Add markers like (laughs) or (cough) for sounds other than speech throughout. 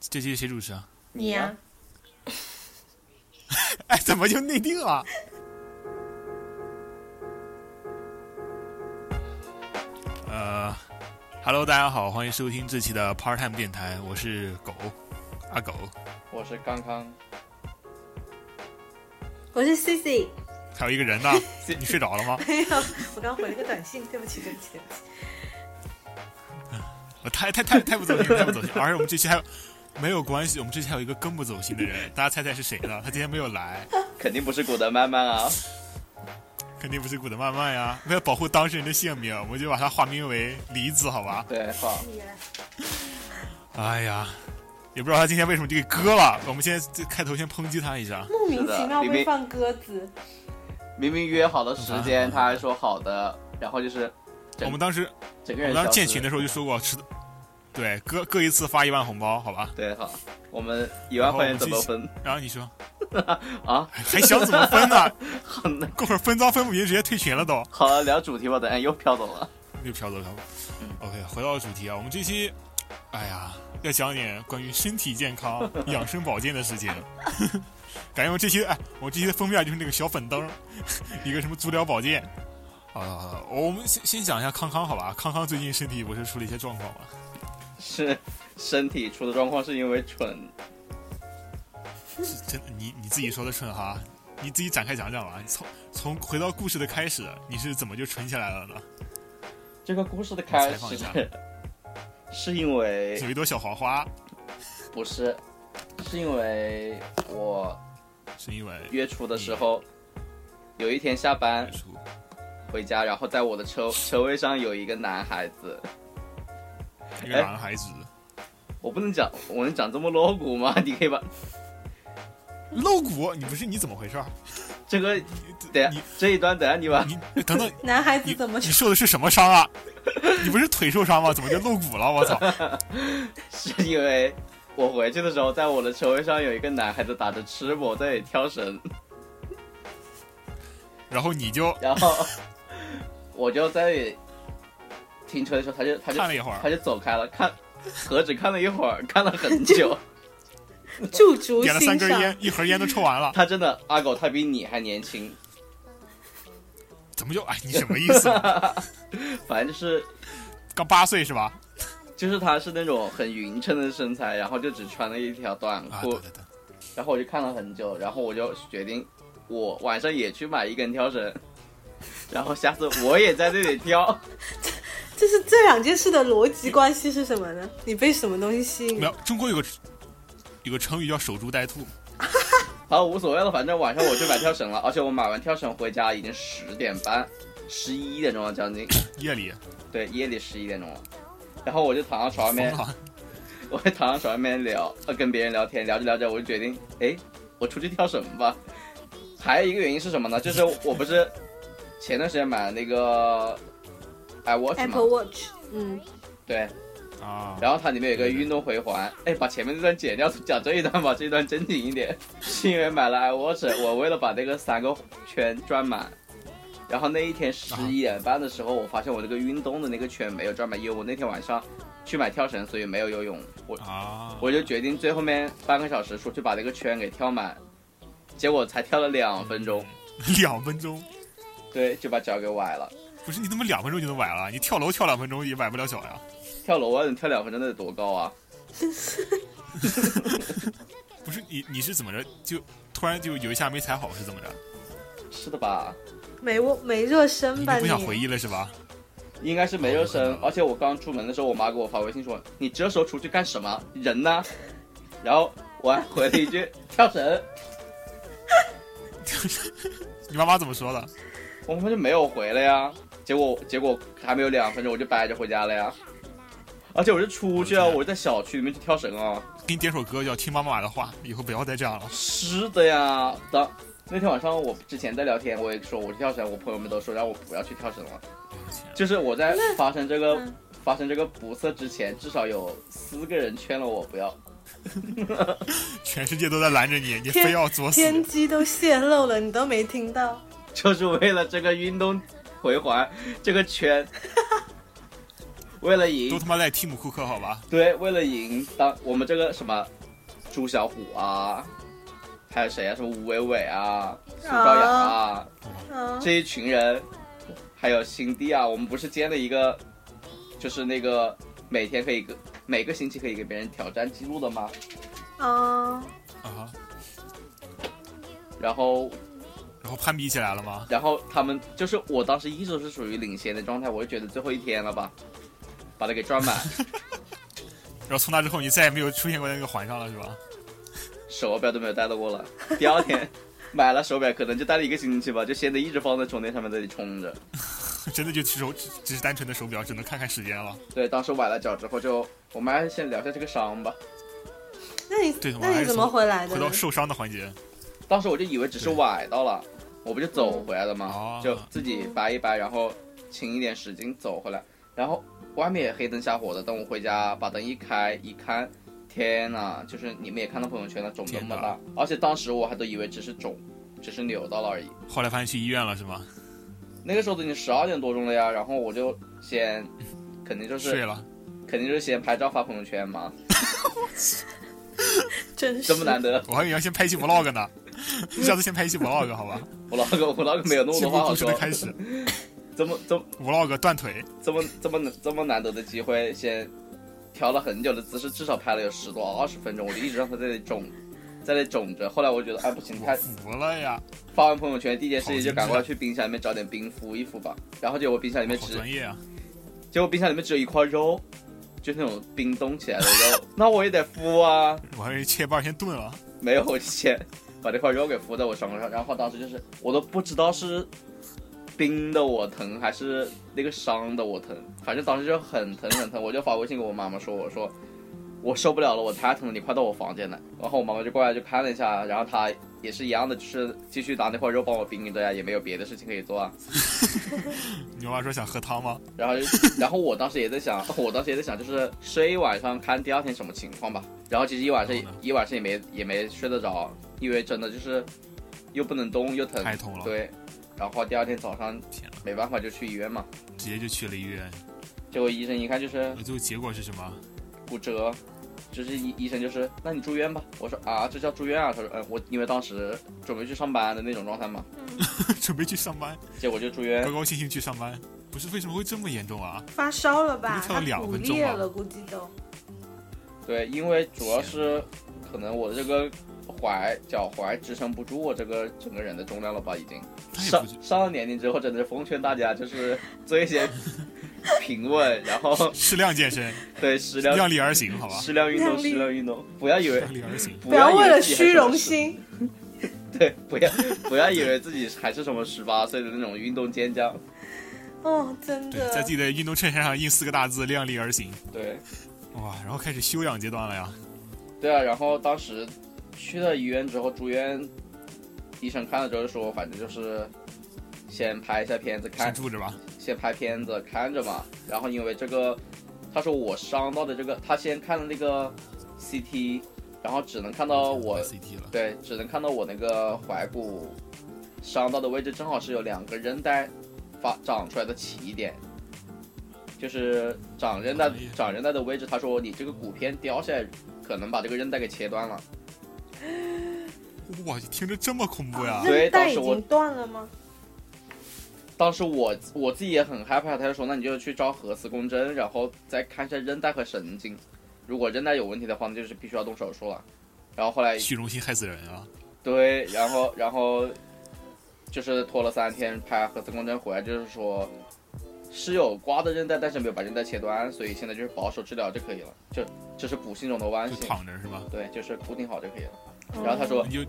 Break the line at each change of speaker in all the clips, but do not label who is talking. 这期谁主持啊？
你呀、
哎，怎么就内定了？呃，Hello，大家好，欢迎收听这期的 Part Time 电台，我是狗阿狗，
我是康康，
我是 C C，
还有一个人呢，你睡着了吗？
没有，我刚回了个短信，对不起，对不起，对不起。
我呃太太太太不走心，太不走心，而且我们这期还有没有关系，我们这期还有一个更不走心的人，大家猜猜是谁呢？他今天没有来，
肯定不是古德曼曼啊，
肯定不是古德曼曼呀。为了保护当事人的姓名，我就把他化名为梨子，好吧？
对，好，
你呀、
哎呀，也不知道他今天为什么这个歌了。我们现在就开头先抨击他一下，
莫名其妙
是的
会放鸽子，
明明约好了时间，他还说好的，然后就是整
我们当时
整个
我
人
们当
消失
时建群的时候就说过，吃对各各一次发一万红包，好吧？
对，好，我们一万块钱怎么
(laughs)
分
然后你说哎
啊？
还想怎么分呢？
好呢，
过会儿分赃分不匀，直接退群了都。
好了，聊主题吧，等下又飘走了。
又飘走了。OK，回到主题啊，我们这期，哎呀，要讲点关于身体健康、养生保健的事情。 (laughs) 感觉我这期，哎，我这期的封面就是那个小粉灯， (laughs) 一个什么足疗保健。好了好了，我们先先讲一下康康好吧？康康最近身体不是出了一些状况吗？
是身体出的状况是因为蠢，
是真的，你你自己说的蠢哈，你自己展开讲讲吧。从从回到故事的开始，你是怎么就蠢起来了呢？
这个故事的开
采访一
始
下
(laughs) 是因为
有一朵小黄花，
不是，是因为我
是因为
约出的时候，
嗯
有一天下班
出
回家，然后在我的车车位上有一个男孩子，
一个男孩子
我不能讲，我能讲这么露骨
(laughs)
吗？你可以把
露骨，你不是你怎么回事儿？
这个
你
等
你
下这一段等下你把
你等等，
男孩子
你
怎么
你受的是什么伤啊？你不是腿受伤吗？怎么就露骨了？我操！
是因为我回去的时候，在我的车位上有一个男孩子打着吃播在那里
(laughs)
跳绳，
然后你就
然后我就在那里停车的时候，他就他就
看了一会儿
他就走开了，看何止看了一会儿，看了
(laughs)
很久。
驻足
点了
欣
三根
赏
烟？，一盒烟都抽完了，
他真的阿狗，他比你还年轻，
怎么就哎？你什么意思？
反正就是
刚八岁是吧？
就是他是那种很匀称的身材，然后就只穿了一条短
啊，
裤，
对对对，
然后我就看了很久，然后我就决定我晚上也去买一根跳绳，然后下次我也在这里跳。
这是这两件事的逻辑关系是什么呢？你被什么东西吸引
没？有，中国有个有个成语叫守株待兔。
好，无所谓了，反正晚上我去买跳绳了，而且我买完跳绳回家已经十点半，十一点钟了将近，
夜里
对，夜里十一点钟了。然后我就躺到床上
疯
面，
了，
我就躺到床上面聊，呃，跟别人聊天，聊着聊着我就决定，哎，我出去跳绳吧。还有一个原因是什么呢？就是我不是前段时间买了那个 iWatch 嘛
Apple Watch，嗯，
对，
啊！
然后它里面有个运动回环，哎，把前面那段剪掉，讲这一段吧，这一段正经一点。是因为买了 iWatch，我为了把那个三个圈转满，然后那一天十一点半的时候，我发现我这个运动的那个圈没有转满，因为我那天晚上去买跳绳，所以没有游泳。我
啊，
我就决定最后面半个小时出去把那个圈给跳满，结果才跳了两分
嗯
钟，
(laughs) 两分钟，
对，就把脚给崴了。
不是你怎么两分钟就能崴了？你跳楼跳两分钟也崴不了脚呀？
跳楼啊，你跳两分钟那得多高啊？
不是你你是怎么着？就突然就有一下没踩好是怎么着？
是的吧？
没我没热身
你
吧
就不
你？
想回忆了是吧？
应该是没热身，而且我刚出门的时候，我妈给我发微信说：“你这时候出去干什么？人呢？” (laughs) 然后我还回了一句：“跳绳。
(laughs) 你妈妈怎么说的？”
我妈就没有回了呀。结果结果还没有两分钟，我就掰着回家了呀。而且我是出去啊，
我的天
我是在小区里面去跳绳啊。
给你点首歌叫《听妈妈的话》，以后不要再这样了。
是的呀，当那天晚上我之前在聊天，我也说我去跳绳，我朋友们都说让我不要去跳绳了。就是我在发生这个
嗯
发生这个不测之前，至少有四个人劝了我不要。
全世界都在拦着你，你
天
非要作死。
天机都泄露了，你都没听到？
就是为了这个运动回环这个圈，为了
都
赢，
他妈在蒂姆库克好吧？
对，为了赢，当我们这个什么朱小虎啊，还有谁啊？什么吴伟伟啊，苏朝阳啊，
嗯，
这一群人，还有新帝啊，我们不是建了一个，就是那个每天可以跟每个星期可以给别人挑战记录的吗？
啊，
啊哈，
然后
然后攀比起来了吗？
然后他们就是我当时一直是属于领先的状态，我就觉得最后一天了吧，把它给赚满，
然后从那之后你再也没有出现过在那个环上了是吧？ (laughs)
手表都没有戴到过了。第二天买了手表，可能就戴了一个星期吧，就现在一直放在充电上面那里充着。
真的就只手只只是单纯的手表，只能看看时间了。
对，当时崴了脚之后就，我们还是先聊一下这个伤吧。
那你
对我
那
还
你
是
怎么
从
回来的
回
呢
到？受伤的环节，
当时我就以为只是崴到了，我不就走回来了吗？
嗯
就自己掰一掰，然后轻一点使劲走回来。然后外面也黑灯瞎火的，等我回家把灯一开一看，天呐，就是你们也看到朋友圈了，肿那么大，而且当时我还都以为只是肿，只是扭到了而已。
后来发现去医院了是吗？
那个时候都已经十二点多钟了呀，然后我就
(laughs)
先，肯定就是
睡了，
肯定就是先拍照发朋友圈嘛，
真是
这么难得，
我还以为要先拍一期 vlog 呢。 (laughs) 你下次先拍一期 vlog 好吧？
我老
(laughs)
哥我老哥没有那么
幸
多
福
话好
故事
说
的，开始
这么这么
，vlog 断腿，
这么这么这么难得的机会，先调了很久的姿势，至少拍了有十多二十分钟，我就一直让他在那
(laughs)
肿，在那肿着。后来我觉得，哎，不行，
我
他
服了呀！
发完朋友圈第一件事情
好
就
精
赶
致
快
啊
去冰箱里面找点冰敷一敷吧。然后结果冰箱里面
好
只，
专业啊！
结果冰箱里面只有一块肉，就是那种冰冻起来的肉， (laughs) 那我也得敷啊。
我还以为切半先炖了，
没有，我就先把这块肉给敷在我伤口上，然后当时就是我都不知道是冰的我疼还是那个伤的我疼，反正当时就很疼很疼，我就发微信给我妈妈说，我说我受不了了，我太疼了，你快到我房间来。然后我妈妈就过来就看了一下，然后她也是一样的，就是继续拿那块肉帮我冰着啊呀，也没有别的事情可以做啊。
你妈说想喝汤吗？(laughs)
然后，然后我当时也在想， (laughs) 我当时也在想，就是睡一晚上，看第二天什么情况吧。然后其实一晚上
然后呢
一晚上也没也没睡得着，因为真的就是又不能动又疼，
太痛了，
嗯对。然后第二天早上
天呐，
没办法就去医院嘛，
直接就去了医院。
结果医生一看就是
那最后结果是什么？ (laughs)
骨折，就是医医生就是那你住院吧。我说啊，这叫住院啊？他说嗯，我因为当时准备去上班的那种状态嘛，
嗯
准备去上班，
结果就住院
高。高兴兴去上班。不是为什么会这么严重啊？
发烧
(laughs)
了
你
吧？
不跳
他
两
骨
分钟啊
裂
吗
了，估计都。
对，因为主要是可能我的这个踝脚踝支撑不住我这个整个人的重量了吧，已经
他也
上
不知
上了年龄之后，真的是奉劝大家就是做
(laughs)
一些平稳，然后
适量健身，
对适量
量力而行，好吧？
适量运动，
量力
适量运动，不要以为
量力而行。
不要
以
为了
自己还
虚
是
荣
什么十，
心，
对，不要不要以为自己还是什么十八岁的那种运动健将，
哦，真
对，在
的
自。己的运动衬衫上印四个大字“量力而行
对”。
哇，然后开始休养阶段了呀。
对啊，然后当时去了医院之后住院，医生看了之后就说，反正就是先拍一下片子
先，
看
住着吧。
先拍片子看着嘛，然后因为这个，他说我伤到的这个，他先看了那个 CT，然后只能看到我
拍，CT 了，
对，只能看到我那个踝骨伤到的位置，正好是有两个韧带发长出来的起点，就是长韧带
哎呀
长韧带的位置，他说你这个骨片掉下来，可能把这个韧带给切断了。
哇，听着这么恐怖呀！
对
韧带
当
已
时我
经断了吗？
当时我我自己也很害怕，他就说那你就去照核磁共振，然后再看一下韧带和神经，如果韧带有问题的话，那就是必须要动手术了。然后后来
虚荣心害死人啊！
对，然后然后就是拖了三天拍核磁共振回来，就是说是有刮的韧带，但是没有把韧带切断，所以现在就是保守治疗就可以了，就就是补性肿的弯
就
性，
躺着是吧？
对，就是固定好就可以了。然后他
哦
说
你就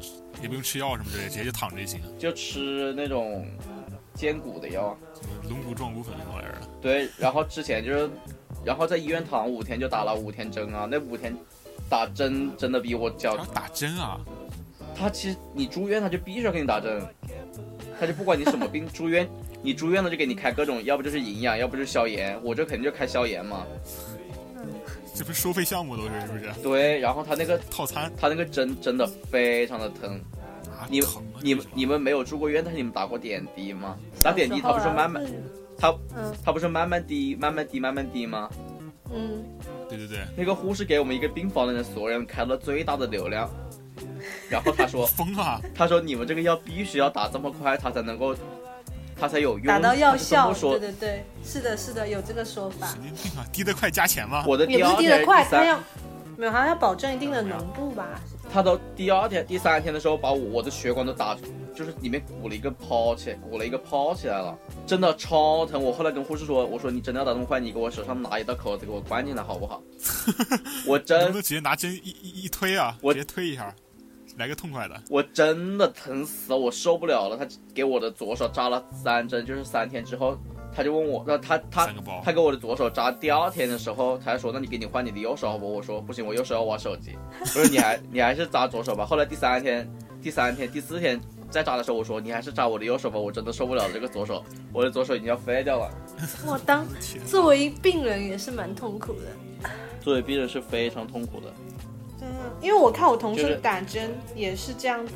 也不用吃药什么之类，直接就躺着就行。
就吃那种坚骨的药啊。
什么龙骨壮骨粉什么玩意儿的，
对，然后之前就是，然后在医院躺五天就打了五天针啊，那五天打针真的比我脚
还要，打针啊？
他其实你住院他就必须要给你打针，他就不管你什
(laughs)
么病住院，你住院了就给你开各种，要不就是营养，要不就是消炎，我这肯定就开消炎嘛。
这不是收费项目都是是不是？
对，然后他那个
套餐
他那个针真的非常的疼，
啊，
你
疼啊
你
这啊
们
是
你们没有住过院，但是你们打过点滴吗？打点滴
小时
他不
候
是
啊
慢慢，
嗯
他
嗯
他不是慢慢滴慢慢滴慢慢滴吗？
嗯，
对对对，
那个护士给我们一个病房的人所有人开了最大的流量，然后他说
疯啊！
他说你们这个药必须要打这么快，它才能够，它才有用。
打到药
他是这
效，
么说
对对对，是的，是的，有这个说法，
神经病啊！滴得快加钱嘛。
我的
也
第
不
二
是滴得
天、
快，
第
它
三，
要没有，它要保证一定的浓度吧？
他都第二天、第三天的时候，把我我的血管都打，就是里面鼓了一个泡起，鼓了一个泡起来了，真的超疼。我后来跟护士说，我说你真的要打这么快，你给我手上拿一道口子给我关进来好
(laughs)
不好？我
能不
真
能直接拿针一一一推啊？
我
直接推一下，来个痛快的。
我真的疼死了，我受不了了。他给我的左手扎了三针，就是三天之后，他就问我，那他他
三个包
他给我的左手扎，第二天的时候，他还说，那你给你换你的右手好不好？我说不行，我右手要玩手机。我说你还你还是扎左手吧。后来第三天、第三天、第四天再扎的时候，我说你还是扎我的右手吧，我真的受不了这个左手，我的左手已经要废掉了。
我当
天哪
作为病人也是蛮痛苦的，
作为病人是非常痛苦的。
嗯，因为我看我同
就
事
是
打针也是这样子，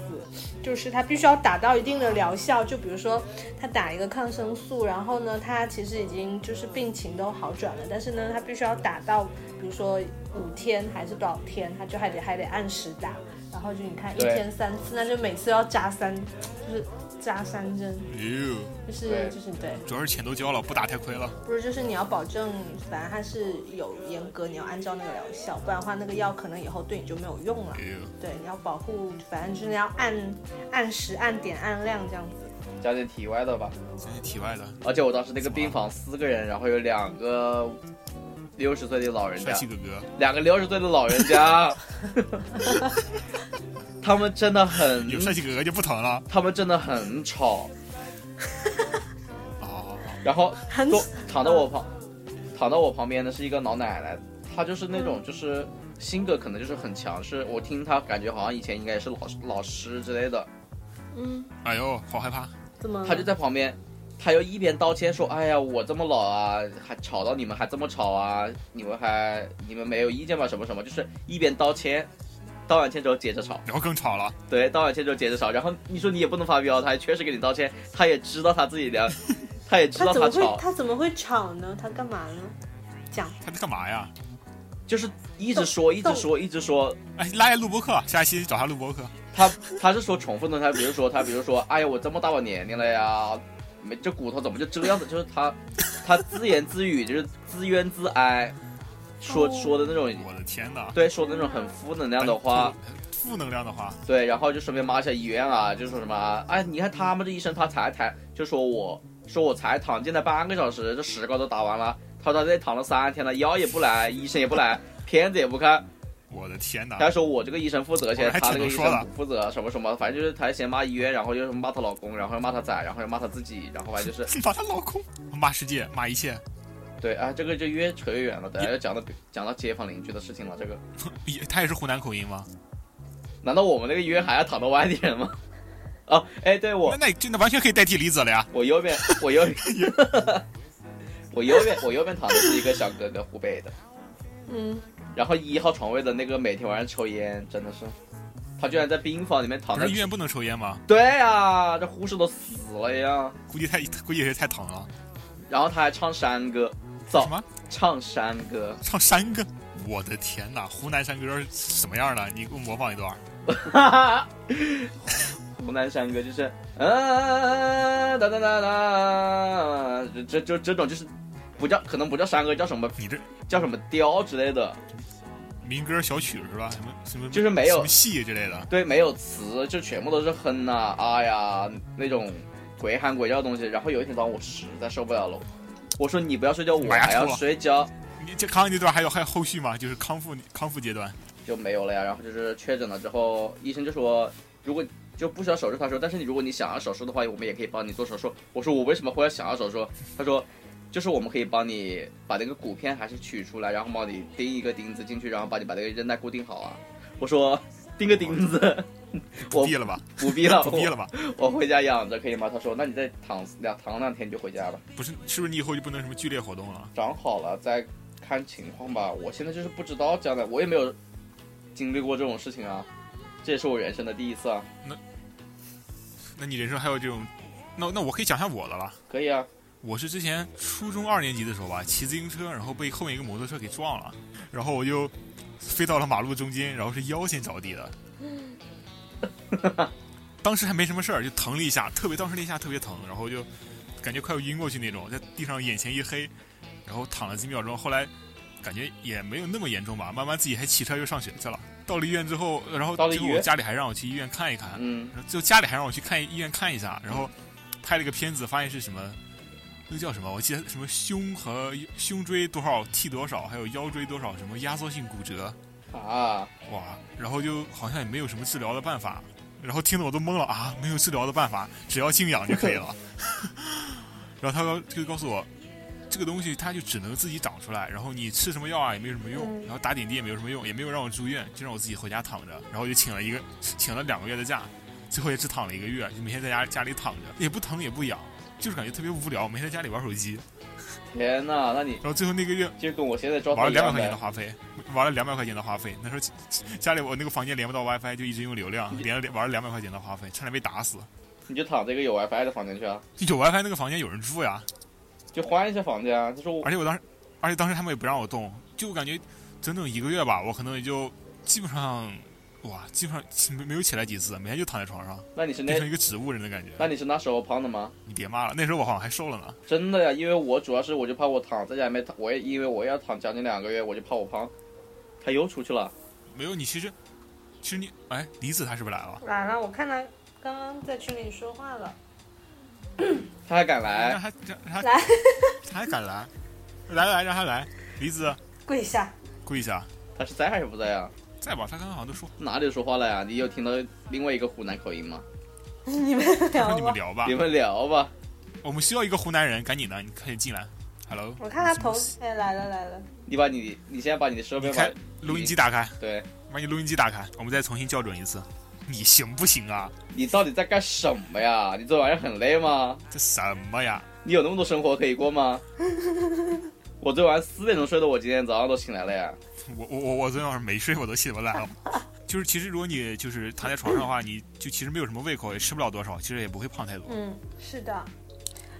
就是他必须要打到一定的疗效，就比如说他打一个抗生素，然后呢，他其实已经就是病情都好转了，但是呢，他必须要打到比如说五天还是多少天，他就还得还得按时打，然后就你看一
对
天三次，那就每次要扎三，就是扎三针，
哎呦，
就是
对
就是对，
主要是钱都交了，不打太亏了。
不是就是你要保证，反正它是有严格，你要按照那个疗效，不然的话那个药可能以后对你就没有用了
哎。呦，
对，你要保护，反正就是要按按时、按点、按量这样子。
加点体外的吧。
真是体外的，
而且我当时那个病房四个人，然后有两个六十岁的老人
帅
家，
气哥哥，
两个六十岁的老人
(laughs)
家， (laughs) 他们真的很，
有帅气哥哥就不疼了。
他们真的很吵，
哦，
然后
很
坐躺到我旁，躺到我旁边的是一个老奶奶，她就是那
嗯
种就是性格可能就是很强势，我听她感觉好像以前应该也是老师老师之类的，
嗯，
哎呦，好害怕。
怎么了？
她就在旁边。她又一边道歉说：“哎呀，我这么老啊，还吵到你们还这么吵啊，你们还你们没有意见吗？什么什么，就是一边道歉，道完歉之后接着吵。”
然后更吵了，
对，道完歉之后接着吵，然后你说你也不能发飙，他也确实给你道歉，他也知道他自己聊，他也知
他
道
怎么
吵
会，他怎么会吵呢？他干嘛呢？讲
他在干嘛呀？
就是一直说，一直说，一直说，
哎，拉下录播课，下一期找他录播课。
他他是说重复的，他比如说他比如说，哎呀，我这么大把年龄了呀，没这骨头怎么就这样子？就是他他自言自语，就是自怨自哀，说
哦
说的那种，
我的天哪！
对，说的那种很负能量的
哎
话，
负能量的话，
对，然后就顺便骂一下医院啊，就说什么啊，哎，你看他们这医生，他才躺，就说我说我才躺进来半个小时，这石膏都打完了，他说他这躺了三天了，药也不来，医生也不来，片子也不看，
我的天哪！
他说我这个医生负责
啊我
先，
还
他
挺
那个医
能说
生
的
不负责什么什么，反正就是他先骂医院，然后又骂她老公，然后又骂她崽，然后又骂她自己，然后反正就是
骂她老公，骂世界，骂一切， (laughs)
对，啊，这个就越扯越
嗯
远了，等下要讲到讲到街坊邻居的事情了，这个
也他也是湖南口音吗？
难道我们那个医院还要躺到外地人吗？ (laughs) 哦，哎，对我
那那真的完全可以代替李子了呀！
我
(laughs)
右边，我右边，我右边，我右边躺的是一个小哥哥，湖北的。
嗯，
然后一号床位的那个每天晚上抽烟，真的是，他居然在病房里面躺
不
着
是医。院不能抽烟吗？
对啊，这护士都死了呀。
估计太估计也是太疼了。
然后他还唱山歌，
什
走
么，
唱山
(laughs)
歌，
唱山歌？我的天哪！湖南山歌是什么样的？你给我模仿一段。
哈哈。湖南山歌就是，啊哒哒哒哒，这这就这种就是，不叫可能不叫山歌，叫什么
你这
叫什么调之类的。
民歌小曲是吧？什么什么
就是没有
什么戏啊之类的。
对，没有词，就全部都是哼呐、啊呀那种鬼喊鬼叫的东西。然后有一天早上，我实在受不了了，我说你不要睡觉，我
买呀
还要
吐啊
睡觉，
你这康那段还有还有后续吗？就是康复康复阶段。
就没有了呀。然后就是确诊了之后，医生就说，如果就不需要手术，他说，但是你如果你想要手术的话，我们也可以帮你做手术。我说我为什么会要想要手术？他说。就是我们可以帮你把那个骨片还是取出来，然后帮你钉一个钉子进去，然后把你把那个韧带固定好啊。我说钉个钉子，我
毕业了吧？
不必了，
(laughs) 不毕业了吧？
我回家养着可以吗？他说，那你再躺两躺两天你就回家吧，
不是，是不是你以后就不能什么剧烈活动了？
长好了再看情况吧。我现在就是不知道将来，我也没有经历过这种事情啊，这也是我人生的第一次啊。
那你人生还有这种？那那我可以讲一下我的了。
可以啊，
我是之前初中二年级的时候吧，骑自行车，然后被后面一个摩托车给撞了，然后我就飞到了马路中间，然后是腰先着地
(laughs)
的。当时还没什么事儿，就疼了一下，特别当时那一下特别疼，然后就感觉快要晕过去那种，在地上眼前一黑，然后躺了几秒钟，后来感觉也没有那么严重吧，慢慢自己还骑车又上学去了。到了医院之后，然后
到了
之后
医院
我家里还让我去医院看一看，
嗯，
就家里还让我去看医院看一下，然后拍了一个片子，发现是什么，那个叫什么？我记得什么胸和胸椎多少 T 多少，还有腰椎多少，什么压缩性骨折，
啊，
哇！然后就好像也没有什么治疗的办法，然后听得我都懵了啊，没有治疗的办法，只要静养就可以了。 (laughs) 然后他就告诉我，这个东西它就只能自己长出来，然后你吃什么药啊也没有什么用，
嗯
然后打点滴也没有什么用，也没有让我住院，就让我自己回家躺着，然后就请了一个请了两个月的假，最后也只躺了一个月，就每天在家家里躺着，也不疼也不痒，就是感觉特别无聊，每天在家里玩手机，
天呐，那你
然后最后那个月
就跟我现在状
玩
态
了
一
两百
样
块钱的
呗。
话费，玩了两百块钱的话费。那时候家家里我那个房间连不到 WiFi，就一直用流量，连了玩了两百块钱的话费，差点被打死。
你就躺这个有 WiFi 的房间去啊，
有 WiFi 那个房间有人住呀，
就换一下房间啊。他说我
而且我当时，而且当时他们也不让我动，就感觉整整一个月吧，我可能也就基本上，哇，基本上没没有起来几次，每天就躺在床上，
那你是那
变成一个植物人的感觉。
那你是那时候胖的吗？
你别骂了，那时候我好像还瘦了呢。
真的呀，因为我主要是我就怕我躺在家里面，我也因为我要躺将近两个月，我就怕我胖。他又出去了，
没有你，其实，其实你，哎，李子他是不是来了？
来了，我看他刚刚在群里说话了。
他还敢
让
来，
他让他
来
他还敢来，来来让他来，李子
跪下，
跪下。
他是在还是不在呀？
在吧，他刚刚好像都说，
哪里说话了呀？你有听到另外一个湖南口音吗？
(laughs) 你们
他说
聊啊
你们
吧。
聊吧
你，们聊吧。
我们需要一个湖南人，赶紧的，你快点进来。Hello，
我看他头
你什么，
哎，来了来了，
你把你你现在把你的设备
你
把
开录音机打开，
对
把你录音机打开，我们再重新校准一次，你行不行啊？
你到底在干什么呀？你这玩意儿很累吗？
这什么呀？
你有那么多生活可以
(laughs)
过吗？我昨晚四点钟睡的，我今天早上都醒来了呀。
我我我我昨天晚上没睡，我都醒不来
(laughs)
了。就是其实如果你就是躺在床上的话，你就其实没有什么胃口，也吃不了多少，其实也不会胖太多。
嗯，是的。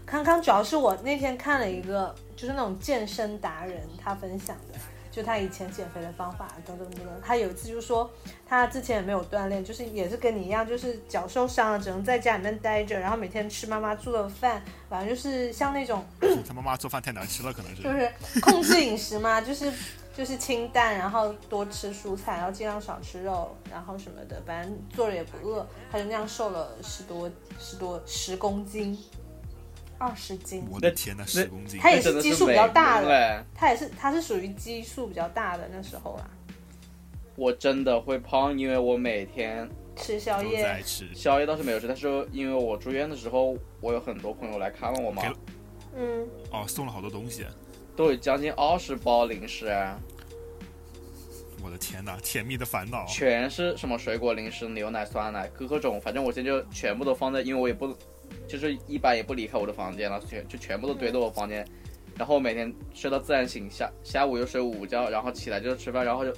康康主要是我那天看了一个，就是那种健身达人他分享的，就他以前减肥的方法等等等等。他有一次就说，他之前也没有锻炼，就是也是跟你一样，就是脚受伤了，只能在家里面待着，然后每天吃妈妈做的饭，反正就是像那种
他妈妈做饭太难吃了，可能是
嗯就。是控制饮食嘛，就是就是清淡，然后多吃蔬菜，然后尽量少吃肉，然后什么的，反正坐着也不饿，他就那样瘦了十多十多十公斤，二十斤。
我的天呐，十公斤！
他也
那真的
基
是
数比较
美
大
工
的
哎
他也是，他是属于基数比较大的那时候啊啦，
我真的会胖，因为我每天
吃宵
都在
夜，
吃，
宵夜倒是没有吃，但是因为我住院的时候，我有很多朋友来看望我嘛
给了，
嗯，
哦，送了好多东西。
都有将近二十包零食啊，
我的天呐，甜蜜的烦恼。
全是什么水果零食、牛奶、酸奶，各种，反正我现在就全部都放在，因为我也不，就是一般也不离开我的房间了，全就全部都堆在我房间，然后每天睡到自然醒，下下午又睡午觉，然后起来就吃饭，然后就，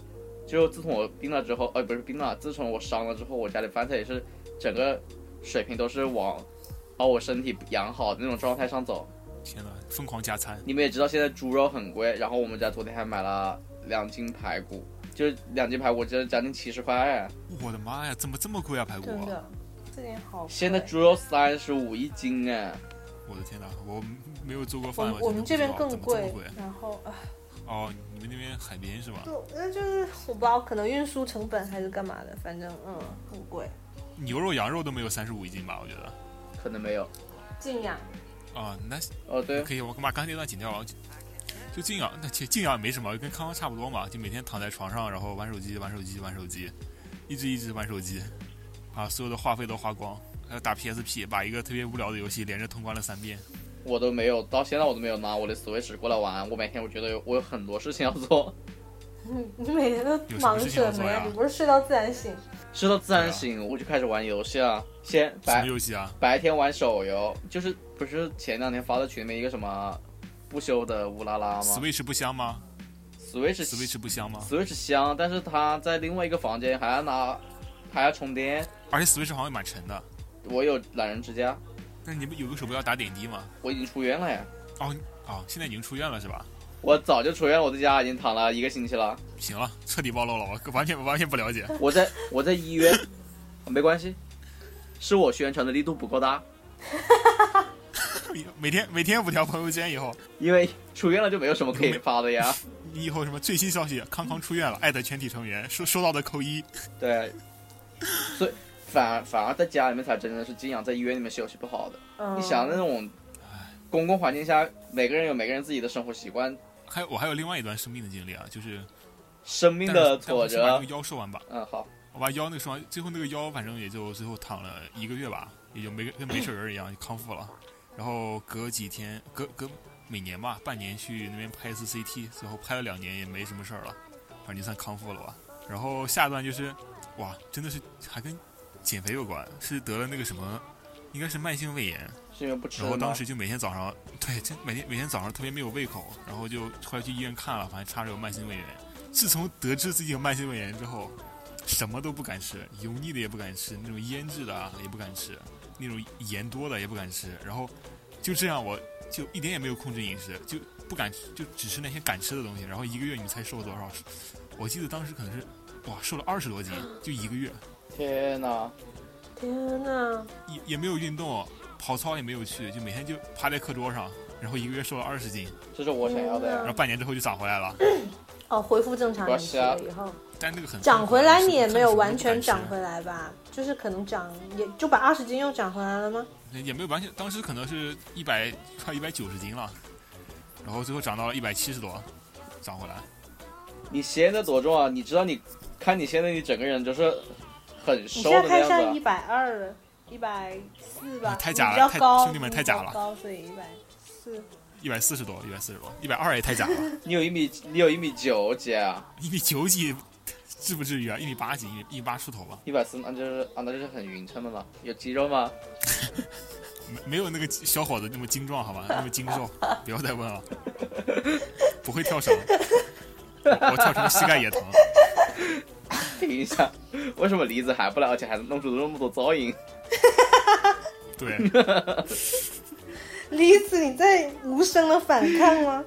就自从我病了之后，呃，不是病了，自从我伤了之后，我家里饭菜也是整个水平都是往把我身体养好的那种状态上走。
天呐，疯狂加餐。
你们也知道现在猪肉很贵，然后我们家昨天还买了两斤排骨，就是两斤排骨，就是将近七十块、
我的妈呀，怎么这么贵啊？排骨
真
啊！
的，这点好贵。
现在猪肉三十五一斤哎，
我的天哪，我没有做过
我
饭，
们我们这
真的不
边
知道
更
怎么
贵
这么贵，
然后啊，
哦，你们那边海边是吧？
就那就是我不知道，可能运输成本还是干嘛的，反正嗯很贵。
牛肉、羊肉都没有三十五一斤吧？我觉得。
可能没有。
静养，
啊，那
哦对，
可以，我把刚才那段剪掉了。就就静养，那其实静养也没什么，跟康康差不多嘛，就每天躺在床上，然后玩手机，玩手机，玩手机，一直一直玩手机，把所有的话费都花光，还有打 PSP，把一个特别无聊的游戏连着通关了三遍。
我都没有，到现在我都没有拿我的 Switch 过来玩。我每天我觉得有我有很多事情要做，
嗯你每天都
有什么
忙
事情
什
要
么
做呀
呀？你不是睡到自然醒？
睡到自然
对啊
醒我就开始玩游戏啊。先
什么
白
游戏啊？
白天玩手游，就是不是前两天发到群里面一个什么不休的乌拉拉吗
Switch 不香吗
？Switch
？Switch 不香吗？
Switch 香，但是它在另外一个房间还要拿还要充电。
而且 Switch 好像蛮沉的。
我有懒人之家，
但是你们有个手不要打点滴吗？
我已经出院了呀，
哦你哦，现在已经出院了是吧？
我早就出院了，我在家已经躺了一个星期了。
行了，彻底暴露了，我完全完全不了
(laughs)
解。
我在我在医院，没关系，是我宣传的力度不够大，
每天每天五条朋友圈以后，
因为出院了就没有什么可以发
(laughs)
的呀。
你以后什么最新消息，康康出院了，爱的全体成员收收到的扣一。
对，所以反而反而在家里面才真的是经常在医院里面休息不好的。
嗯，
你想那种公共环境下，每个人有每个人自己的生活习惯，
还有我还有另外一段生病的经历啊，就是
生命
但
的
是但
挫
我先把那
折
个。腰说完吧。
嗯，好，
我把腰那个说完，最后那个腰反正也就最后躺了一个月吧，也就没跟没事人一样就康复了。然后隔几天，隔隔每年吧，半年去那边拍一次 CT，最后拍了两年也没什么事儿了，反正就算康复了吧。然后下一段就是，哇，真的是还跟减肥有关，是得了那个什么，应该是慢性胃炎。
是因为不吃
然后
了
当
吗？
时就每天早上，对，真每天每天早上特别没有胃口，然后就后来去医院看了，发现查着有慢性胃炎。自从得知自己有慢性胃炎之后，什么都不敢吃，油腻的也不敢吃，那种腌制的啊也不敢吃，那种盐多的也不敢吃。然后就这样，我就一点也没有控制饮食，就不敢吃，就只吃那些敢吃的东西。然后一个月，你猜瘦了多少？我记得当时可能是哇，瘦了二十多斤，就一个月。
天哪，
天哪，
也也没有运动，跑操也没有去，就每天就趴在课桌上，然后一个月瘦了二十斤，
这是我想要的
然
呀。
后半年之后就长回来了。
哦，恢复正常饮食
啊
了以后，
但那个很
长回来
很
你也没有完
很
全
很
长回来
嗯
吧？就是可能长也就把二十斤又长回来了吗？
也没有完全，当时可能是一百快一百九十斤了，然后最后长到了一百七十多，长回来。
嗯
你现在多重啊？你知道你，看你现在你整个人就是很
你
瘦
现在
的那
看上
样
一
子啊。
百二了，一百四吧？
哎太假了
你比
太
较高，
兄弟们太假了
你比较高，所以一百四。
一百四十多，一百四十多，一百二也太假了，
你有一米，你有一米九姐啊，
一米九几，至不至于啊，一米八几，一米一米八出头吧，
一百四那就是啊，那就是很匀称的了。有肌肉吗？
没没有那个小伙子那么精壮，好吧，那么精瘦，不要再问了，不会跳绳，我跳绳膝盖也疼。
停一下， (laughs) 为什么梨子还不来，而且还弄出那么多噪音？
对，
李子，你在无声的反抗吗？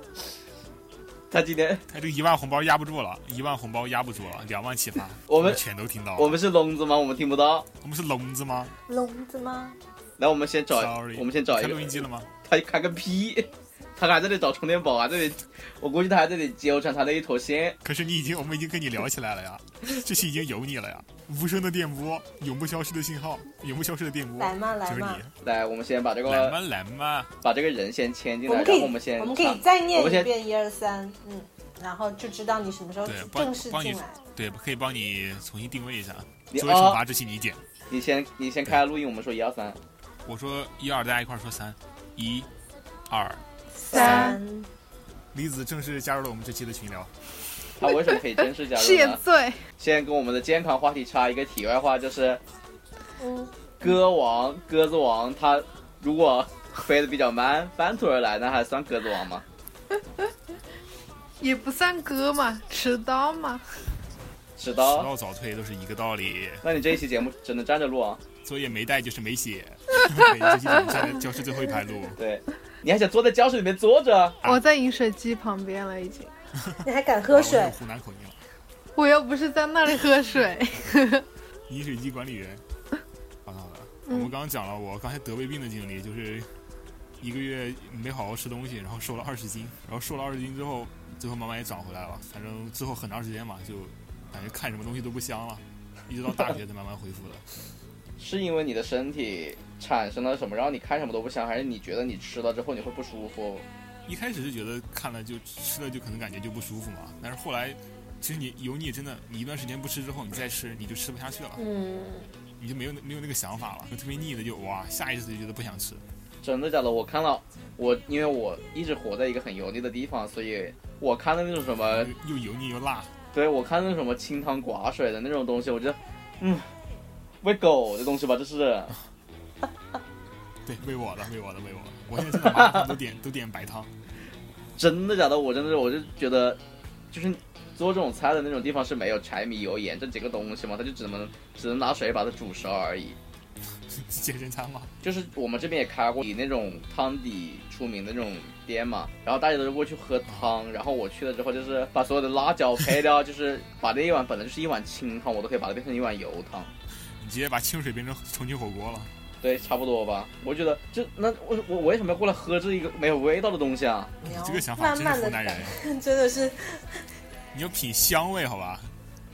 他今天
他这个一万红包压不住了，一万红包压不住了，两万起发，
我们
全都听到了。
我们是聋子吗？我们听不到。
我们是聋子吗
(laughs) 聋子吗？
来，我们先找
？Sorry，
我们先找一
开录音
个，
机了吗？
(laughs) 他开个屁，他还在这里找充电宝，还在这里，我估计他还在这里纠缠他那一坨线。
可是你已经，我们已经跟你聊起来了呀，这期已经有你了呀。无声的电波，永不消失的信号，永不消失的电波，
来嘛
就
来
是
嘛，
你。
来，我们先把这
来
个
嘛来嘛，
把这个人先牵进
我
来，
们可
然
以，
后我们先
我们可以
唱
再
我
念一
们先
遍一二三，嗯，然后就知道你什么时候
对帮
正式
帮你
进来。
对，可以帮你重新定位一下。
你
作为惩
哦，
罚，这期你剪。
你先你先开录音，我们说一二三，
我说一二，大家一块儿说三，一，二。
三
三，
李子正式加入了我们这期的群聊。
他为什么可以正式加
是
入
也
呢？
醉，
先跟我们的健康话题插一个题外话，就是
嗯，
歌王鸽子王，他如果飞得比较慢，翻腿而来，那还算鸽子王吗？
也不算歌嘛，迟到嘛。
迟
迟
到。
到早退都是一个道理，
那你这一期节目只能站着录啊？
作业没带就是没写。 (laughs) 对这期咱们站在教室最后一排啊录。
对，你还想坐在教室里面坐着？
啊
我在饮水机旁边了，已经。
你还敢喝
啊我
水
有？湖南口音了。
我又不是在那里喝水，
饮水机管理员。好的好的，我们刚刚讲了我刚才得胃病的经历，就是一个月没好好吃东西，然后瘦了二十斤，然后瘦了二十斤之后，最后慢慢也长回来了。反正之后很长时间嘛，就感觉看什么东西都不香了，一直到大学才慢慢恢复的。
是因为你的身体产生了什么，让你看什么都不香，还是你觉得你吃了之后你会不舒服？
一开始是觉得看了就吃了就可能感觉就不舒服嘛，但是后来其实你油腻真的，你一段时间不吃之后，你再吃你就吃不下去了，
嗯，
你就没有那没有那个想法了，就特别腻的就哇，下意识就觉得不想吃。
真的假的？我看了，我因为我一直活在一个很油腻的地方，所以我看到那种什么，
又又油腻又辣，
对我看到那种什么清汤寡水的那种东西，我觉得，嗯，喂狗的东西吧，这是。
对，喂我的，喂我的，喂我的。我现在真的麻辣烫都点都点白汤， (laughs)
真的假的？我真的是，我就觉得，就是做这种菜的那种地方是没有柴米油盐这几个东西嘛，它就只能只能拿水把它煮熟而已。
健身餐吗？
就是我们这边也开过以那种汤底出名的那种店嘛，然后大家都过去喝汤，然后我去了之后就是把所有的辣椒配料，就是把那一碗本来就是一碗清汤，我都可以把它变成一碗油汤。
你直接把清水变成重庆火锅了。
哦
对，差不多吧。我觉得这那我我我为什么要过来喝这一个没有味道的东西啊？
你
你
要
这个想法
慢
真是
慢
湖
的
南人，
真的是
你要品香味好吧？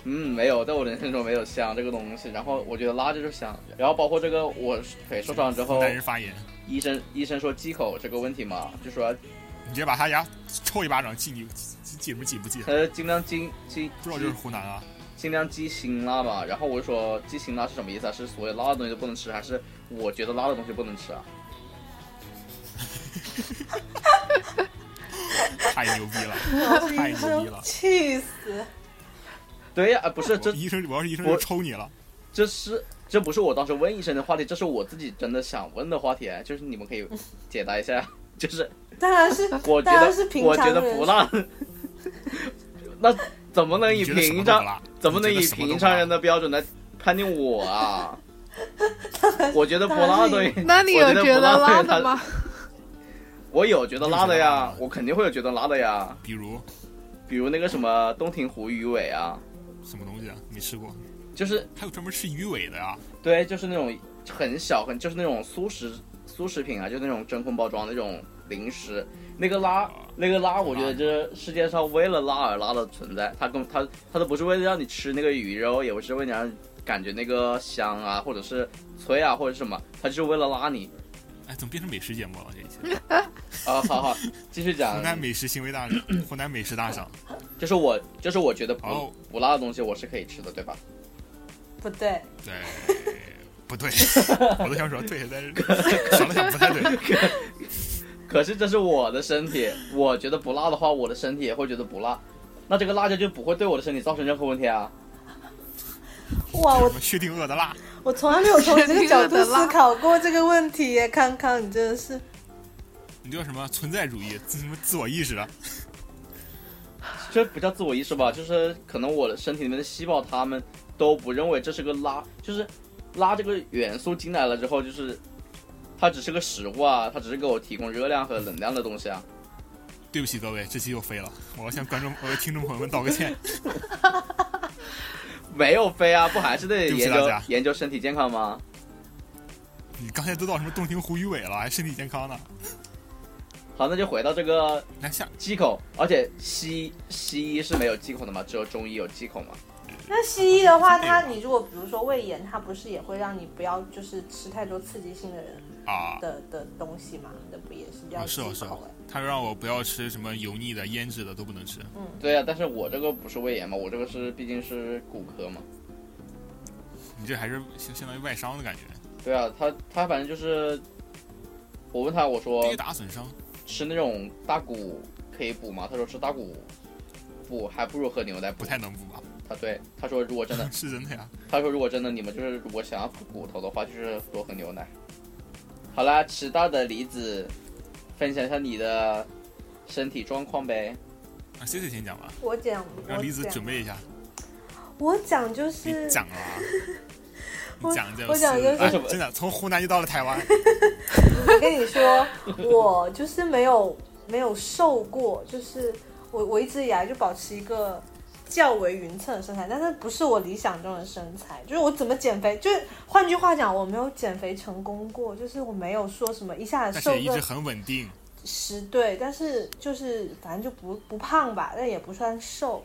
嗯，没有，在我人生中没有香这个东西。然后我觉得辣椒就是香，然后包括这个我腿受伤之
湖
后，
南人发言，
医生医生说忌口这个问题嘛，就说
你直接把他牙抽一巴掌，记你记记不记不记？
他说尽量禁禁
不知道这是湖南啊？
尽量忌辛辣嘛。然后我就说忌辛辣是什么意思啊？是所有辣的东西都不能吃，还是我觉得辣的东西不能吃啊？
太牛逼了！ (laughs) 太牛
医
逼了
生，哎气死！
对呀、啊，不是 (laughs) 这
我医生，我要是医生
我
就抽你了。
这是这不是我当时问医生的话题，这是我自己真的想问的话题，就是你们可以解答一下。 (laughs) 就是
当然
(laughs)
是
我觉
当然
得
是平
我
常
觉得
人
不辣， (laughs) 那怎么能以
你觉得什么
平
都不
常
辣？
怎么能
你觉
以
得什么都
平
不辣
常人的标准来判定我
(laughs)
啊？我觉得不辣的东西，
那你
我
有
觉
觉
不
得
辣的
辣
东
的
西
吗？
我有觉得辣
你有
的
觉得辣
呀
吗，
我肯定会有觉得辣的呀，
比如
比如那个什么洞庭湖鱼尾啊，
什么东西啊？没吃过？
就是
还有专门吃鱼尾的啊呀？
对，就是那种很小很就是那种速食速食品啊，就是那种真空包装那种零食，那个辣那个辣，我觉得这世界上为了辣而辣的存在，它跟它它都不是为了让你吃那个鱼肉，也不是为了让你感觉那个香啊，或者是脆啊，或者是什么，它就是为了拉你
哎，怎么变成美食节目了？这一期
啊！好好，继续
(laughs)
讲
湖，南美食行为大赏，湖南美食大赏。
就是我就是我觉得不、
哦
不辣的东西我是可以吃的，对吧？
不对，
对，不对？ (laughs) 我都想说对，但是 (laughs) 想了想不太对。
可是这是我的身体，我觉得不辣的话，我的身体也会觉得不辣，那这个辣椒就不会对我的身体造成任何问题啊。
哇，我
什么薛定谔的辣？
我从来没有从你这个角
真的
度
辣
思考过这个问题耶，康康，你真的是
你叫什么存在主义？自什么自我意识啊？
这不叫自我意识吧，就是可能我的身体里面的细胞，他们都不认为这是个拉，就是拉这个元素进来了之后，就是它只是个食物啊，它只是给我提供热量和能量的东西啊。
对不起各位，这期又飞了，我要向观众、我的听众朋友们道个歉。
没有飞啊，不还是得
(laughs) 对不起
研
大
究
家
研究身体健康吗？
你刚才都到什么洞庭湖鱼尾了，还身体健康呢？
好，那就回到这个
来下，
忌口，而且西西医是没有忌口的嘛，只有中医有忌口嘛。
那西医的话，
对
它你如果比如说胃炎，它不是也会让你不要就是吃太多刺激性的人
啊
的的东西嘛？那不也是
啊
要
是
忌
哦是哦
口哎？，
他让我不要吃什么油腻的、腌制的都不能吃。
对啊，但是我这个不是胃炎嘛，我这个是毕竟是骨科嘛。
你这还是相相当于外伤的感觉，
对啊，他他反正就是，我问他我说
跌打损伤。
吃那种大骨可以补吗？他说吃大骨补，还不如喝牛奶补
不。太能补吧？，
他对他说如果真的
(laughs)
(laughs) 是真的呀。
他说如果真的你们就是如果想要补骨头的话，就是多喝牛奶。好啦，迟到的梨子，分享一下你的身体状况呗。
啊，C C 先讲吧，
我讲，
让
我
栗子
讲啊
准备一下。
我讲就
你
是
讲了啊，
我
你讲这，
(laughs) 我讲就是
哎
为什么
真的从湖南就到了台湾，
(laughs) 我跟你说，我就是没有没有瘦过，就是我我一直以来就保持一个较为匀称的身材，但是不是我理想中的身材，就是我怎么减肥，就是换句话讲，我没有减肥成功过，就是我没有说什么一下子
但
瘦
是也一
个
直很稳定。
十对，但是就是反正就不不胖吧，但也不算瘦。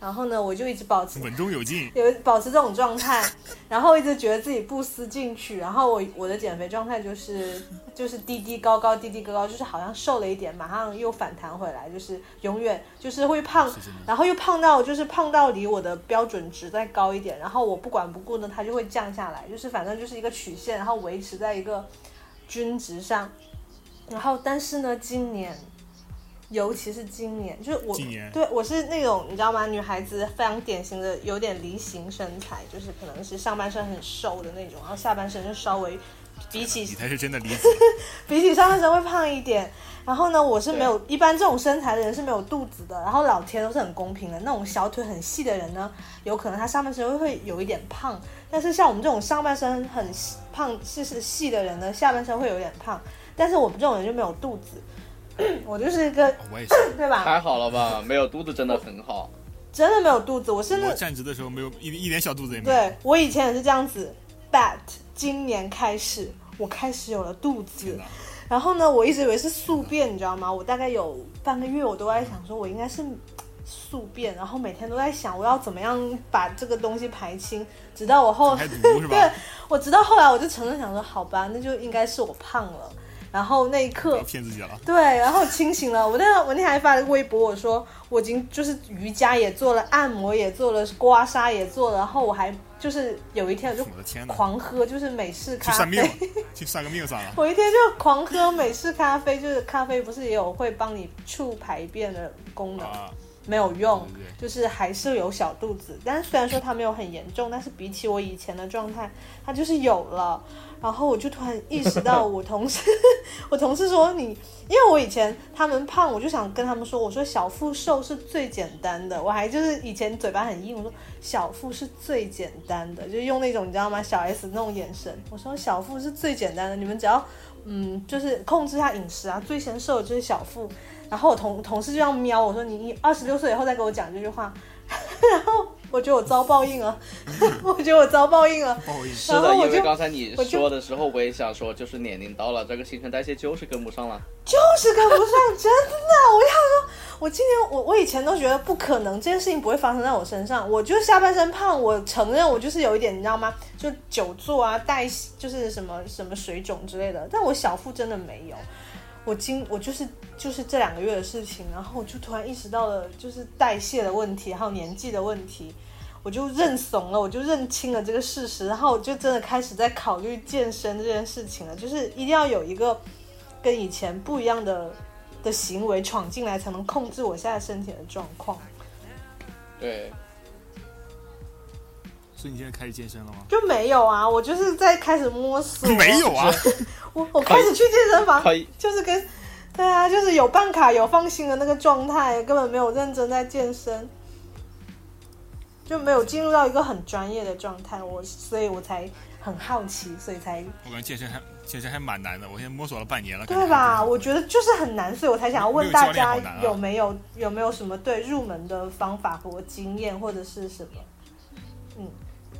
然后呢，我就一直保持
稳中有
(laughs)
进，
有保持这种状态，然后一直觉得自己不思进取，然后我我的减肥状态就是就是低低高高低低高高，就是好像瘦了一点，马上又反弹回来，就是永远就是会胖
是真的，
然后又胖到就是胖到离我的标准值再高一点，然后我不管不顾呢，它就会降下来，就是反正就是一个曲线，然后维持在一个均值上，然后但是呢，今年尤其是今年，就是我
今年
对我是那种你知道吗？女孩子非常典型的有点梨形身材，就是可能是上半身很瘦的那种，然后下半身就稍微比起
你才是真的理解。
比起上半身会胖一点。然后呢，我是没有，一般这种身材的人是没有肚子的。然后老天都是很公平的，那种小腿很细的人呢，有可能他上半身会有一点胖，但是像我们这种上半身很细胖、是是细的人呢，下半身会有点胖。但是我们这种人就没有肚
(coughs)
子，我就是一个
哦我也是，
(laughs) 对吧？
太好了吧？没有肚子真的
(laughs)
很好。
真的没有肚子，我是那
我站直的时候没有一一点小肚子也没有。
对我以前也是这样子，but 今年开始我开始有了肚子
天哪，
然后呢，我一直以为是宿便，你知道吗？我大概有半个月，我都在想说我应该是宿便，然后每天都在想我要怎么样把这个东西排清，直到我后
排毒是吧？
对我直到后来我就承认想说好吧，那就应该是我胖了，然后那一
不
刻
要骗自己了。
对，然后清醒了。我那我那天还发了个微博，我说我已经就是瑜伽也做了，按摩也做了，刮痧也做了，然后我还就是有一天我就
我的天哪！
狂喝，就是美式
去
咖
算
啡
命。了，去算个命
(laughs)
算了。
我一天就狂喝美式咖啡，就是咖啡不是也有会帮你促排便的功能，
啊，
没有用
对，对对
就是还是有小肚子，但虽然说它没有很严重，但是比起我以前的状态，它就是有了。然后我就突然意识到，我同事， (laughs) 我同事说你，因为我以前他们胖，我就想跟他们说，我说小腹瘦是最简单的，我还就是以前嘴巴很硬，我说小腹是最简单的，就是用那种你知道吗，小 S 那种眼神，我说小腹是最简单的，你们只要嗯，就是控制一下饮食啊，最先瘦的就是小腹。然后我同同事就这样瞄我说：“你你二十六岁以后再给我讲这句话。” (laughs) 然后我觉得我遭报应了， (laughs) 我觉得我遭报应了。
报应。
是
然
的，
后
因
我
为
就
刚才你
我就
说的时候，我也想说，就是年龄到了，这个新陈代谢就是跟不上
啊
了。
就是跟不上，真的。我就想说，我今年我我以前都觉得不可能，这件事情不会发生在我身上。我就是下半身胖，我承认我就是有一点，你知道吗？就久坐啊，带就是什么什么水肿之类的。但我小腹真的没有。我今我就是就是这两个月的事情，然后我就突然意识到了，就是代谢的问题，还有年纪的问题。我就认怂了，我就认清了这个事实，然后我就真的开始在考虑健身这件事情了，就是一定要有一个跟以前不一样的的行为闯进来，才能控制我现在身体的状况。
对，
所以你现在开始健身了吗？
就没有啊，我就是在开始摸索。
(laughs) 没有，啊，
我我开始去健身房，
可以
就是跟，对啊，就是有办卡有放心的那个状态，根本没有认真在健身，就没有进入到一个很专业的状态。我所以我才很好奇，所以才
我感觉健身还健身还蛮难的，我现在摸索了半年了。感觉
对吧？
还不
我觉得就是很难，所以我才想要问大家
没有教练好难啊
有没有有没有什么对入门的方法和经验或者是什么？